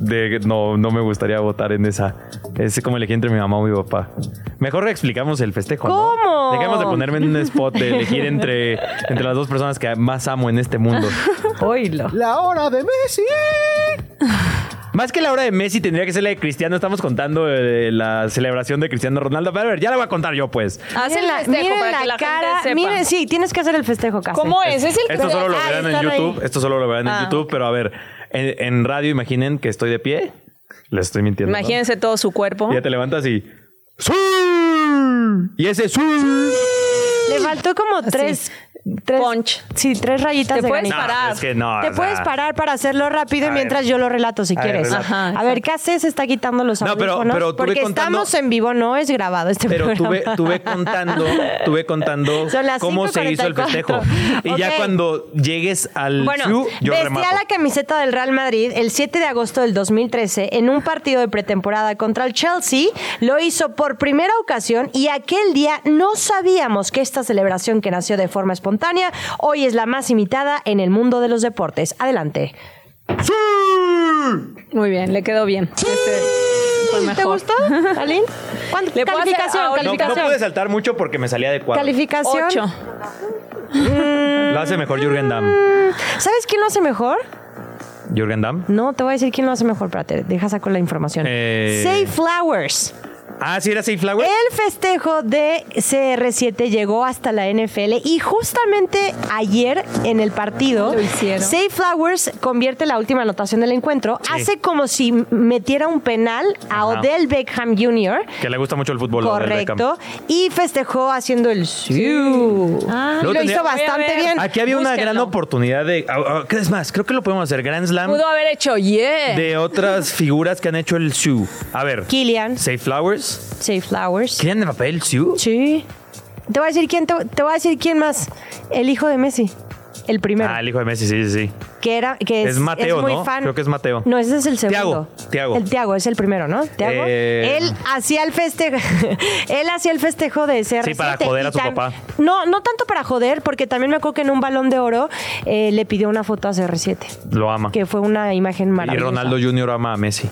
Speaker 2: de- no, no me gustaría votar en esa. Es como elegí entre mi mamá o mi papá. Mejor explicamos el festejo. ¿no?
Speaker 3: ¿Cómo?
Speaker 2: Dejemos de ponerme en un spot de elegir entre, entre las dos personas que más amo en este mundo.
Speaker 3: Oílo.
Speaker 1: La hora de Messi.
Speaker 2: Más que la hora de Messi tendría que ser la de Cristiano. Estamos contando eh, la celebración de Cristiano Ronaldo. Pero a ver, ya la voy a contar yo, pues.
Speaker 4: Haz el
Speaker 3: Miren la-
Speaker 4: festejo
Speaker 3: miren
Speaker 4: para que la
Speaker 3: cara,
Speaker 4: gente sepa.
Speaker 3: Miren, sí, tienes que hacer el festejo, casi.
Speaker 4: ¿Cómo es? Es el
Speaker 2: Esto solo lo
Speaker 3: Ah,
Speaker 2: verán en
Speaker 3: están ahí.
Speaker 2: YouTube. Esto solo lo verán en
Speaker 4: Ah,
Speaker 2: YouTube. Pero a ver, en, en radio imaginen que estoy de pie. Les estoy mintiendo. ¿no?
Speaker 4: Imagínense todo su cuerpo.
Speaker 2: Y ya te levantas y... ¡Sí! Y ese sí.
Speaker 3: Le faltó como tres, tres...
Speaker 4: Punch.
Speaker 3: Sí, tres rayitas
Speaker 4: Te
Speaker 3: de
Speaker 4: puedes
Speaker 3: ganitas.
Speaker 4: parar.
Speaker 2: Es que no.
Speaker 3: Te
Speaker 2: o
Speaker 3: puedes
Speaker 2: sea,
Speaker 3: parar para hacerlo rápido
Speaker 2: a ver.
Speaker 3: mientras yo lo relato si
Speaker 2: A ver,
Speaker 3: quieres.
Speaker 2: relata.
Speaker 4: Ajá,
Speaker 3: a ver, Case se está quitando los
Speaker 2: No, pero-
Speaker 3: audífonos
Speaker 2: pero tuve
Speaker 3: porque
Speaker 2: contando-
Speaker 3: estamos en vivo, no es grabado este
Speaker 2: Pero
Speaker 3: programa.
Speaker 2: tuve, tuve contando, tuve contando
Speaker 3: Son las
Speaker 2: cómo se hizo el
Speaker 3: 5:44.
Speaker 2: festejo. Y ya
Speaker 3: Ok.
Speaker 2: cuando llegues al
Speaker 3: Bueno,
Speaker 2: Fiu, yo
Speaker 3: vestía
Speaker 2: remato.
Speaker 3: la camiseta del Real Madrid el 7 de agosto del 2013 en un partido de pretemporada contra el Chelsea. Lo hizo por primera ocasión y aquel día no sabíamos que esta celebración que nació de forma espontánea hoy es la más imitada en el mundo de los deportes. Adelante.
Speaker 4: Muy bien, le quedó bien. Este, pues
Speaker 3: ¿Te
Speaker 4: mejor.
Speaker 3: gustó, Aline? ¿Cuánto-
Speaker 4: Le puedo hacer
Speaker 3: calificación,
Speaker 4: ahora-
Speaker 2: No, no
Speaker 3: calificación.
Speaker 2: pude saltar mucho porque me salía de cuadro.
Speaker 3: Calificación.
Speaker 4: Ocho.
Speaker 2: Lo hace mejor Jürgen Damm.
Speaker 3: ¿Sabes quién lo hace mejor?
Speaker 2: ¿Jürgen Damm?
Speaker 3: No, te voy a decir quién lo hace mejor. Espérate, deja saco la información.
Speaker 2: Eh.
Speaker 3: Save Flowers.
Speaker 2: Ah, sí, era Safe Flower.
Speaker 3: El festejo de CR7 llegó hasta la NFL y justamente ayer en el partido,
Speaker 4: Lo hicieron.
Speaker 3: Say Flowers convierte la última anotación del encuentro,
Speaker 2: Sí.
Speaker 3: hace como si metiera un penal a
Speaker 2: Ajá.
Speaker 3: Odell Beckham Jr.
Speaker 2: Que le gusta mucho el fútbol. Odell Beckham.
Speaker 3: Correcto. Y festejó haciendo el siu.
Speaker 4: Ah,
Speaker 2: Luego
Speaker 3: lo
Speaker 2: tendría-
Speaker 3: hizo
Speaker 4: Voy a
Speaker 3: bastante
Speaker 4: ver.
Speaker 3: bien.
Speaker 2: Aquí había una
Speaker 4: Búsquenlo.
Speaker 2: gran oportunidad de. ah, ah, ¿Qué es más? Creo que lo podemos hacer. Grand Slam
Speaker 4: Pudo haber hecho yeah.
Speaker 2: de otras figuras que han hecho el Sue. A ver.
Speaker 3: Kylian,
Speaker 2: Safe Flowers.
Speaker 3: Say Flowers.
Speaker 2: ¿Kylian de papel, Sue?
Speaker 3: Sí. Te voy a decir quién, te, te voy a decir quién más. El hijo de Messi. El primero.
Speaker 2: Ah, el hijo de Messi, sí, sí, sí.
Speaker 3: que era que es,
Speaker 2: Es Mateo,
Speaker 3: muy
Speaker 2: ¿no?
Speaker 3: fan.
Speaker 2: Creo que es Mateo.
Speaker 3: No, ese es el segundo.
Speaker 2: Tiago, Tiago.
Speaker 3: El Tiago es el primero, ¿no? Tiago.
Speaker 2: Eh.
Speaker 3: Él hacía el festejo. él hacía el festejo de ser
Speaker 2: Sí, para joder a su papá.
Speaker 3: No, no tanto para joder, porque también me acuerdo que en un balón de oro eh, le pidió una foto a CR7,
Speaker 2: Lo ama.
Speaker 3: que fue una imagen
Speaker 2: Y
Speaker 3: maravillosa.
Speaker 2: Ronaldo Jr. ama a Messi.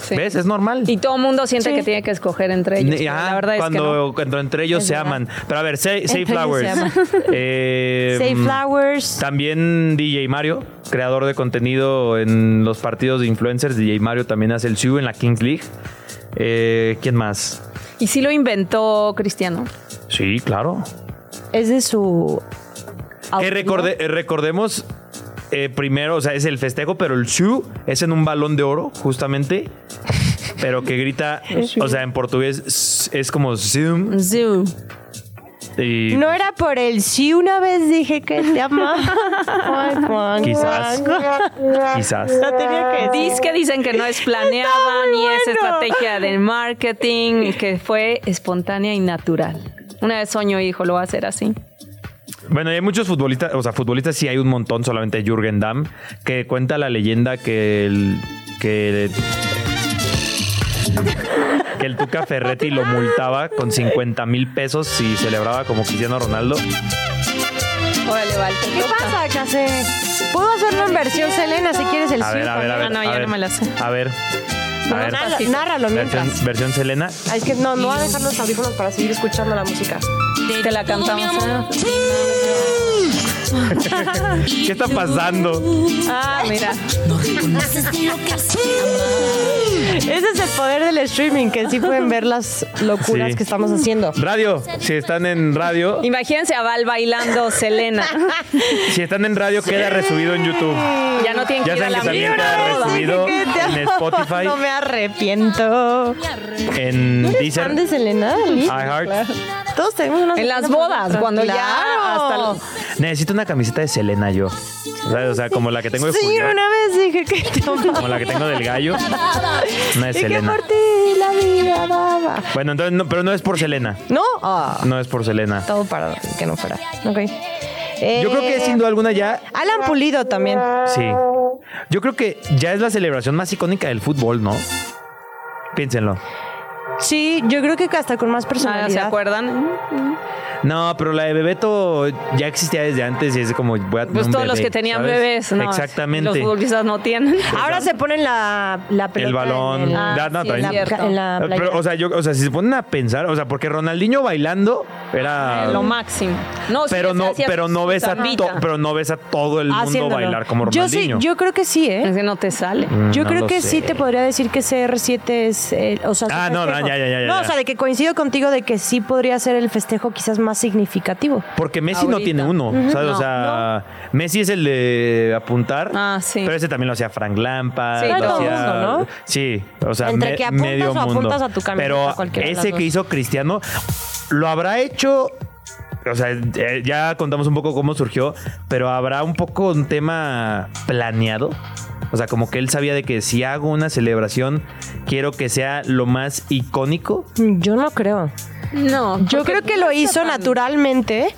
Speaker 4: Sí.
Speaker 2: ¿Ves? Es normal.
Speaker 4: Y todo el mundo siente
Speaker 3: Sí.
Speaker 4: que tiene que escoger entre ellos.
Speaker 2: Ni-
Speaker 4: pero
Speaker 2: ajá,
Speaker 4: la verdad es que
Speaker 2: cuando,
Speaker 4: no.
Speaker 2: cuando entre ellos
Speaker 3: Es
Speaker 2: se
Speaker 3: verdad.
Speaker 2: aman. Pero a ver, Say, Say
Speaker 3: Entre ellos
Speaker 2: Flowers.
Speaker 3: se aman.
Speaker 2: Eh,
Speaker 3: Save
Speaker 2: mm,
Speaker 3: Flowers.
Speaker 2: También DJ Mario, creador de contenido en los partidos de influencers. DJ Mario también hace el SIU en la Kings League. Eh, ¿Quién más?
Speaker 4: Y sí lo inventó Cristiano.
Speaker 2: Sí, claro.
Speaker 3: Es de su.
Speaker 2: Que recorde- eh, recordemos eh, primero, o sea, es el festejo, pero el SIU es en un balón de oro, justamente. Pero que grita, o sea, en portugués es- es como Zoom.
Speaker 4: Zoom.
Speaker 2: Y
Speaker 3: No era por el si una vez dije que te amaba.
Speaker 2: Quizás. quizás.
Speaker 3: Lo tenía que decir.
Speaker 4: Dice que dicen que no es planeada
Speaker 3: Está muy
Speaker 4: ni es
Speaker 3: bueno.
Speaker 4: estrategia de marketing, y que fue espontánea y natural. Una vez soñó y dijo, lo va a hacer así.
Speaker 2: Bueno, y hay muchos futbolistas, o sea, futbolistas sí hay un montón, solamente Jürgen Damm, que cuenta la leyenda que el. que. que el Tuca Ferretti lo multaba con 50 mil pesos si celebraba como Cristiano Ronaldo.
Speaker 4: Órale, Val.
Speaker 3: ¿Qué pasa, Case? Puedo hacerlo en versión Selena si quieres el
Speaker 2: A ver,
Speaker 3: circo?
Speaker 2: a ver, a ver.
Speaker 4: Ah, no,
Speaker 2: a
Speaker 4: ya no
Speaker 2: ver,
Speaker 4: me la sé.
Speaker 2: A ver. A ver.
Speaker 3: Nárralo, nárralo
Speaker 2: Versión,
Speaker 3: mientras.
Speaker 2: versión Selena.
Speaker 3: Ah, Es que no, no voy a dejar los audífonos para seguir escuchando la música.
Speaker 4: Te la cantamos. ¿eh?
Speaker 2: ¿Qué está pasando?
Speaker 4: Ah, mira.
Speaker 8: No reconoces ni lo que has sido.
Speaker 3: Ese es el poder del streaming, que sí pueden ver las locuras
Speaker 2: Sí.
Speaker 3: que estamos haciendo.
Speaker 2: Radio, si están en radio,
Speaker 4: Imagínense a Val bailando Selena.
Speaker 2: si están en radio queda resubido en YouTube.
Speaker 4: Ya no tienen que
Speaker 2: Ya
Speaker 4: ir a
Speaker 2: saben
Speaker 4: la
Speaker 2: que también
Speaker 4: mierda. Ah,
Speaker 2: queda
Speaker 3: Dije
Speaker 2: resubido
Speaker 3: que te
Speaker 2: en
Speaker 3: amo,
Speaker 2: Spotify,
Speaker 3: No me arrepiento.
Speaker 2: en Deezer,
Speaker 3: ¿Fan de Selena? Liz?
Speaker 2: iHeart.
Speaker 3: Todos tenemos una
Speaker 4: En las
Speaker 3: Selena por
Speaker 4: bodas,
Speaker 3: dentro.
Speaker 4: cuando ya
Speaker 3: Claro.
Speaker 4: hasta
Speaker 2: Necesito una camiseta de Selena yo. ¿Sabes? O sea, como la que tengo de
Speaker 3: Sí,
Speaker 2: Julio,
Speaker 3: una vez dije que te amaba.
Speaker 2: como la que tengo del gallo, una de
Speaker 3: Y que
Speaker 2: Selena.
Speaker 3: por ti la vida daba.
Speaker 2: Bueno, entonces no, pero no es por Selena,
Speaker 3: No, Ah,
Speaker 2: no es por Selena.
Speaker 3: todo para que no fuera. Ok. Eh.
Speaker 2: Yo creo que sin duda alguna ya
Speaker 3: Alan Pulido también.
Speaker 2: Sí. Yo creo que ya es la celebración más icónica del fútbol, ¿no? Piénsenlo.
Speaker 3: Sí, yo creo que hasta con más
Speaker 4: Ah,
Speaker 3: personalidad.
Speaker 4: ¿Se acuerdan?
Speaker 2: No, pero la de Bebeto ya existía desde antes y es como voy a tener
Speaker 4: Pues
Speaker 2: un
Speaker 4: todos los
Speaker 2: bebé,
Speaker 4: que tenían
Speaker 2: ¿sabes?
Speaker 4: bebés, ¿no? Los
Speaker 2: Exactamente.
Speaker 4: futbolistas no tienen.
Speaker 3: Ahora se ponen la, la pelota.
Speaker 2: El balón.
Speaker 3: En el-
Speaker 4: Ah,
Speaker 2: Da- no,
Speaker 4: sí,
Speaker 2: también.
Speaker 4: es cierto.
Speaker 3: en la playa.
Speaker 2: Pero, o sea, yo, o sea, si se ponen a pensar, o sea, porque Ronaldinho bailando era.
Speaker 4: Ah, Lo máximo. No, sí,
Speaker 2: Ah. pero
Speaker 4: se
Speaker 2: no,
Speaker 4: hacía
Speaker 2: pero no ves a
Speaker 4: zambita.
Speaker 2: to- pero no ves a todo el mundo
Speaker 3: haciéndolo.
Speaker 2: bailar como
Speaker 3: Yo sí,
Speaker 2: Ronaldinho. Mm,
Speaker 3: yo creo que sí, ¿eh?
Speaker 4: Es que no te sale.
Speaker 3: Yo
Speaker 2: no
Speaker 3: creo
Speaker 2: lo
Speaker 3: que
Speaker 2: sé.
Speaker 3: sí te podría decir que CR7 es. eh, o sea,
Speaker 2: Ah,
Speaker 3: su
Speaker 2: no, no,
Speaker 3: festejo.
Speaker 2: ya, ya, ya, ya,
Speaker 3: No, o
Speaker 2: ya.
Speaker 3: sea, de que coincido contigo de que sí podría ser el festejo quizás más significativo.
Speaker 2: Porque Messi no
Speaker 4: Ahorita.
Speaker 2: tiene uno, ¿sabes?
Speaker 4: No,
Speaker 2: o sea, Messi es el de apuntar.
Speaker 4: Ah, sí.
Speaker 2: Pero ese también lo hacía Frank Lampard.
Speaker 4: Sí,
Speaker 2: lo
Speaker 4: todo
Speaker 2: hacía-
Speaker 3: mundo, ¿no?
Speaker 2: Sí, o sea,
Speaker 3: Entre
Speaker 2: me-
Speaker 3: que apuntas
Speaker 2: medio
Speaker 3: o apuntas
Speaker 2: mundo.
Speaker 3: a tu camioneta,
Speaker 2: Pero
Speaker 3: cualquiera de las
Speaker 2: ese
Speaker 3: dos.
Speaker 2: que hizo Cristiano, ¿lo habrá hecho? O sea, eh, ya contamos un poco cómo surgió, pero ¿habrá un poco un tema planeado? O sea, como que él sabía de que si hago una celebración, quiero que sea lo más icónico.
Speaker 3: Yo no creo.
Speaker 4: No.
Speaker 3: Yo creo que lo hizo naturalmente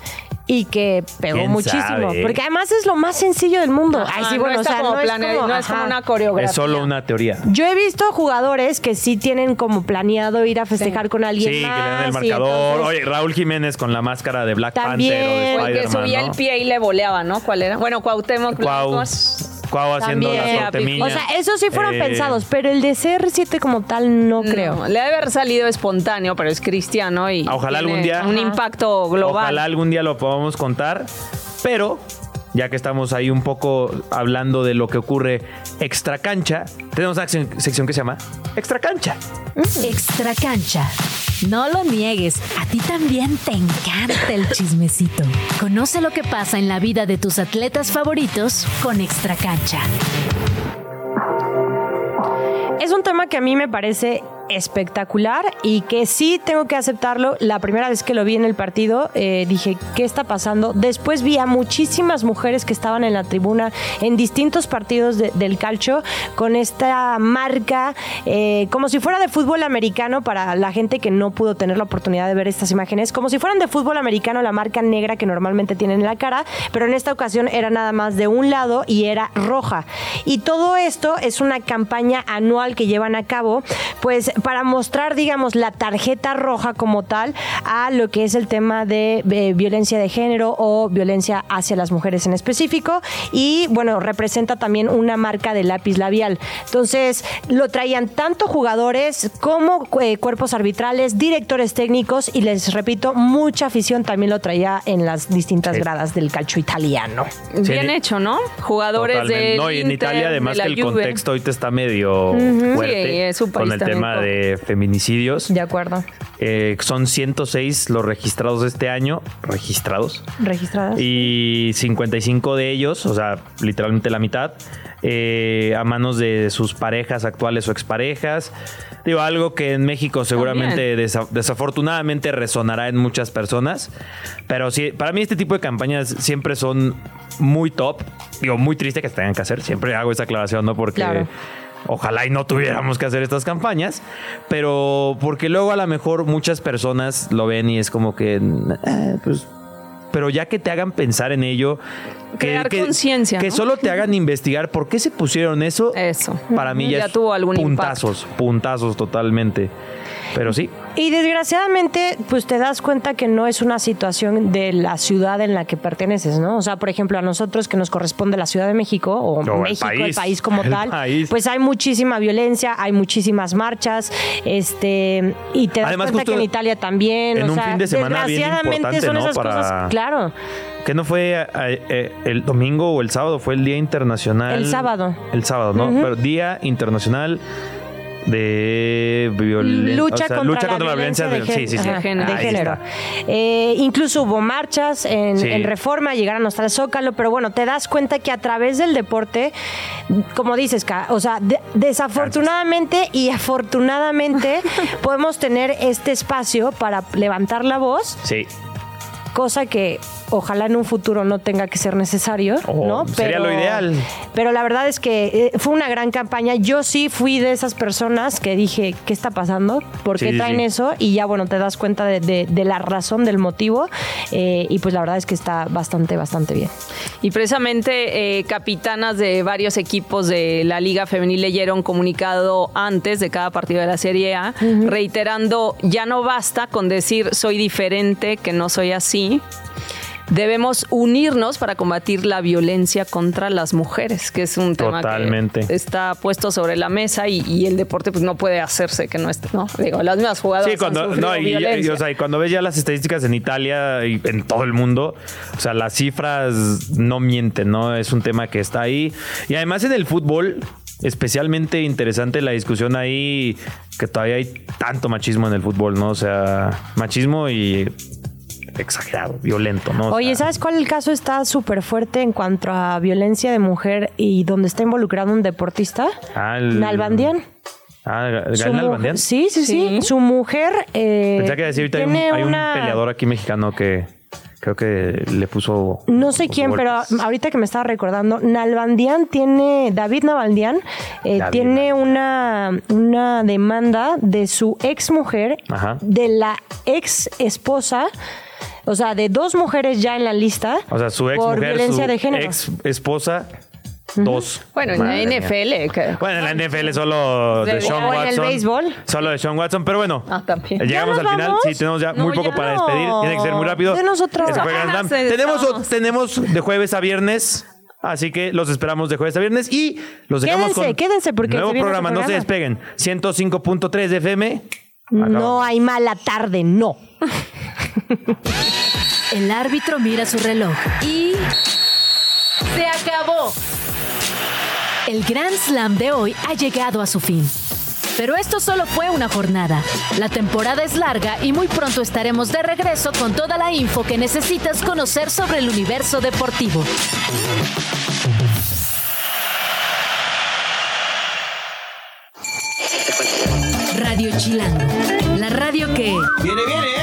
Speaker 3: y que pegó
Speaker 2: ¿Quién
Speaker 3: muchísimo.
Speaker 2: sabe?
Speaker 3: Porque además es lo más sencillo del mundo.
Speaker 4: Ajá,
Speaker 3: Ay, sí, bueno,
Speaker 4: no
Speaker 3: o
Speaker 4: está
Speaker 3: sea,
Speaker 4: como
Speaker 3: no,
Speaker 4: plane-
Speaker 3: es como,
Speaker 4: no es como
Speaker 3: ajá.
Speaker 4: una coreografía.
Speaker 2: Es solo una teoría.
Speaker 3: Yo he visto jugadores que sí tienen como planeado ir a festejar con alguien
Speaker 2: Sí, que le den
Speaker 3: más.
Speaker 2: el
Speaker 3: y
Speaker 2: marcador.
Speaker 3: entonces-
Speaker 2: Oye, Raúl Jiménez con la máscara de Black
Speaker 3: También.
Speaker 2: Panther o
Speaker 3: Porque
Speaker 2: de
Speaker 4: Que subía
Speaker 2: Spider-Man,
Speaker 4: el
Speaker 2: ¿no?
Speaker 4: pie y le voleaba, ¿no? ¿Cuál era? Bueno, Cuauhtémoc
Speaker 2: Cuau,
Speaker 4: Blanco.
Speaker 2: Cuau haciendo
Speaker 3: También.
Speaker 2: las tortemillas.
Speaker 3: o sea, esos sí fueron
Speaker 2: Eh,
Speaker 3: pensados, pero el de CR7 como tal no, creo.
Speaker 4: No, le debe haber salido espontáneo, pero es cristiano y
Speaker 2: Ojalá
Speaker 4: tiene
Speaker 2: algún día.
Speaker 4: un
Speaker 2: Ajá.
Speaker 4: impacto global.
Speaker 2: Ojalá algún día lo podamos contar, pero ya que estamos ahí un poco hablando de lo que ocurre extra cancha, tenemos una sección, sección que se llama extra cancha.
Speaker 5: Extra cancha. No lo niegues, a ti también te encanta el chismecito. Conoce lo que pasa en la vida de tus atletas favoritos con Extra cancha.
Speaker 3: Es un tema que a mí me parece espectacular y que sí tengo que aceptarlo. La primera vez que lo vi en el partido eh, dije, ¿qué está pasando? Después vi a muchísimas mujeres que estaban en la tribuna en distintos partidos de- del calcho con esta marca eh, como si fuera de fútbol americano para la gente que no pudo tener la oportunidad de ver estas imágenes, como si fueran de fútbol americano la marca negra que normalmente tienen en la cara, pero en esta ocasión era nada más de un lado y era roja. Y todo esto es una campaña anual que llevan a cabo, pues para mostrar, digamos, la tarjeta roja como tal a lo que es el tema de, eh, violencia de género o violencia hacia las mujeres en específico. Y bueno, representa también una marca de lápiz labial. Entonces, lo traían tanto jugadores como eh, cuerpos arbitrales, directores técnicos y les repito, mucha afición también lo traía en las distintas
Speaker 2: Sí.
Speaker 3: gradas del calcio italiano.
Speaker 2: Sí,
Speaker 4: Bien
Speaker 2: en-
Speaker 4: hecho, ¿no? Jugadores
Speaker 2: Totalmente.
Speaker 4: de.
Speaker 2: No, y en Italia, además que el contexto ahorita está medio fuerte
Speaker 4: Sí, es un país
Speaker 2: con el
Speaker 4: también
Speaker 2: tema
Speaker 4: con-
Speaker 2: de feminicidios.
Speaker 3: De acuerdo.
Speaker 2: Eh, son 106 los registrados este año, registrados,
Speaker 3: Registradas.
Speaker 2: y 55 de ellos, o sea, literalmente la mitad, eh, a manos de sus parejas actuales o exparejas. Digo, algo que en México seguramente desa- desafortunadamente resonará en muchas personas, pero sí, para mí este tipo de campañas siempre son muy top, digo, muy triste que se tengan que hacer, siempre hago esa aclaración, ¿no? Porque...
Speaker 3: Claro.
Speaker 2: Ojalá y no tuviéramos que hacer estas campañas, pero porque luego a lo mejor muchas personas lo ven y es como que, "Ah, pues, pero ya que te hagan pensar en ello,
Speaker 4: Crear conciencia,
Speaker 2: que
Speaker 4: ¿no?
Speaker 2: solo te hagan investigar por qué se pusieron eso.
Speaker 4: Eso.
Speaker 2: Para mí ya,
Speaker 4: Ya
Speaker 2: es
Speaker 4: tuvo algún
Speaker 2: puntazos, puntazos totalmente. Pero sí,
Speaker 3: Y desgraciadamente, pues te das cuenta que no es una situación de la ciudad en la que perteneces, ¿no? O sea, por ejemplo, a nosotros que nos corresponde la Ciudad de México o,
Speaker 2: el
Speaker 3: México, el
Speaker 2: país.
Speaker 3: país como
Speaker 2: El
Speaker 3: tal,
Speaker 2: país.
Speaker 3: pues hay muchísima violencia, hay muchísimas marchas, este, y te das
Speaker 2: Además,
Speaker 3: cuenta
Speaker 2: justo
Speaker 3: que en Italia también,
Speaker 2: en
Speaker 3: o
Speaker 2: un
Speaker 3: sea,
Speaker 2: fin de semana bien
Speaker 3: desgraciadamente
Speaker 2: importante,
Speaker 3: son
Speaker 2: ¿no?
Speaker 3: esas
Speaker 2: Para-
Speaker 3: cosas, claro.
Speaker 2: que no fue eh, eh, el domingo o el sábado, fue el Día Internacional.
Speaker 3: El sábado.
Speaker 2: El sábado, ¿no? Pero Día Internacional de violen-
Speaker 3: lucha,
Speaker 2: o sea,
Speaker 3: contra,
Speaker 2: lucha
Speaker 3: la
Speaker 2: contra la violencia
Speaker 3: de,
Speaker 2: de
Speaker 3: gen-
Speaker 2: sí, sí, sí.
Speaker 3: ajá, de
Speaker 2: Ahí
Speaker 3: género.
Speaker 2: está.
Speaker 3: Eh, incluso hubo marchas en,
Speaker 2: Sí.
Speaker 3: en Reforma, llegaron hasta el Zócalo, pero bueno, te das cuenta que a través del deporte, como dices, Ka, o sea, de- desafortunadamente y afortunadamente podemos tener este espacio para levantar la voz,
Speaker 2: Sí.
Speaker 3: cosa que ojalá en un futuro no tenga que ser necesario,
Speaker 2: Oh,
Speaker 3: ¿no?
Speaker 2: sería lo ideal.
Speaker 3: Pero la verdad es que eh, fue una gran campaña. Yo sí fui de esas personas que dije, ¿qué está pasando? ¿Por
Speaker 2: Sí,
Speaker 3: qué
Speaker 2: sí,
Speaker 3: traen
Speaker 2: sí.
Speaker 3: eso? Y ya, bueno, te das cuenta de, de- de la razón, del motivo. eh, y pues la verdad es que está bastante, bastante bien.
Speaker 4: Y precisamente eh, capitanas de varios equipos de la Liga Femenil leyeron comunicado antes de cada partido de la Serie A, reiterando, ya no basta con decir soy diferente, que no soy así. Debemos unirnos para combatir la violencia contra las mujeres, que es un tema
Speaker 2: Totalmente.
Speaker 4: que está puesto sobre la mesa y, y el deporte pues no puede hacerse que no esté, ¿no? Digo, las mismas jugadoras
Speaker 2: Sí, cuando,
Speaker 4: han sufrido
Speaker 2: no, y- y-
Speaker 4: violencia.
Speaker 2: o sea, y cuando ves ya las estadísticas en Italia y en todo el mundo, o sea, las cifras no mienten, ¿no? Es un tema que está ahí. Y además en el fútbol, especialmente interesante la discusión ahí, que todavía hay tanto machismo en el fútbol, ¿no? O sea, machismo y exagerado, violento, ¿no? O
Speaker 3: Oye,
Speaker 2: sea,
Speaker 3: ¿sabes cuál caso está súper fuerte en cuanto a violencia de mujer y donde está involucrado un deportista?
Speaker 2: Al-
Speaker 3: Nalbandian.
Speaker 2: Ah,
Speaker 3: Su
Speaker 2: Gael
Speaker 3: mu-
Speaker 2: Nalbandian.
Speaker 3: Sí, sí, sí,
Speaker 4: Sí.
Speaker 3: Su mujer. eh,
Speaker 2: Pensaba que iba a decir, ahorita hay un,
Speaker 3: tiene
Speaker 2: hay un
Speaker 3: una-
Speaker 2: peleador aquí mexicano que creo que le puso...
Speaker 3: No sé
Speaker 2: puso
Speaker 3: quién, pero
Speaker 2: golpes.
Speaker 3: ahorita que me estaba recordando, Nalbandian tiene, David Nalbandian eh,
Speaker 2: David
Speaker 3: tiene una, una demanda de su ex mujer,
Speaker 2: Ajá.
Speaker 3: de la ex esposa, o sea, de dos mujeres ya en la lista.
Speaker 2: O sea, su ex
Speaker 3: por
Speaker 2: mujer,
Speaker 3: violencia
Speaker 2: su
Speaker 3: de género.
Speaker 2: ex esposa, dos.
Speaker 4: bueno, en
Speaker 2: Madre
Speaker 4: la
Speaker 2: mía.
Speaker 4: NFL, que-
Speaker 2: Bueno, en la NFL solo de
Speaker 4: De-
Speaker 2: Sean
Speaker 4: o en
Speaker 2: Watson.
Speaker 3: el béisbol.
Speaker 2: Solo de Sean Watson, pero bueno.
Speaker 4: Ah, también.
Speaker 2: Llegamos
Speaker 3: ¿Ya
Speaker 2: al
Speaker 3: nos
Speaker 2: final.
Speaker 3: vamos?
Speaker 2: Sí, tenemos ya
Speaker 4: No,
Speaker 2: muy poco
Speaker 4: ya
Speaker 2: para
Speaker 3: no.
Speaker 2: despedir. Tiene que ser muy rápido.
Speaker 3: Denos otra.
Speaker 2: Este fue Grand Slam.
Speaker 4: Ganas,
Speaker 2: Tenemos,
Speaker 4: estamos.
Speaker 2: tenemos de jueves a viernes. Así que los esperamos de jueves a viernes y los dejamos
Speaker 3: Quédense,
Speaker 2: con
Speaker 3: quédense, porque
Speaker 2: nuevo
Speaker 3: se viene otro
Speaker 2: programa. No se
Speaker 3: programa.
Speaker 2: despeguen. 105.3 de FM.
Speaker 3: No hay mala tarde, no.
Speaker 5: El árbitro mira su reloj y... ¡Se acabó! El Grand Slam de hoy ha llegado a su fin. Pero esto solo fue una jornada. La temporada es larga y muy pronto estaremos de regreso con toda la info que necesitas conocer sobre el universo deportivo. Radio Chilango, la radio que...
Speaker 9: ¡Viene, viene!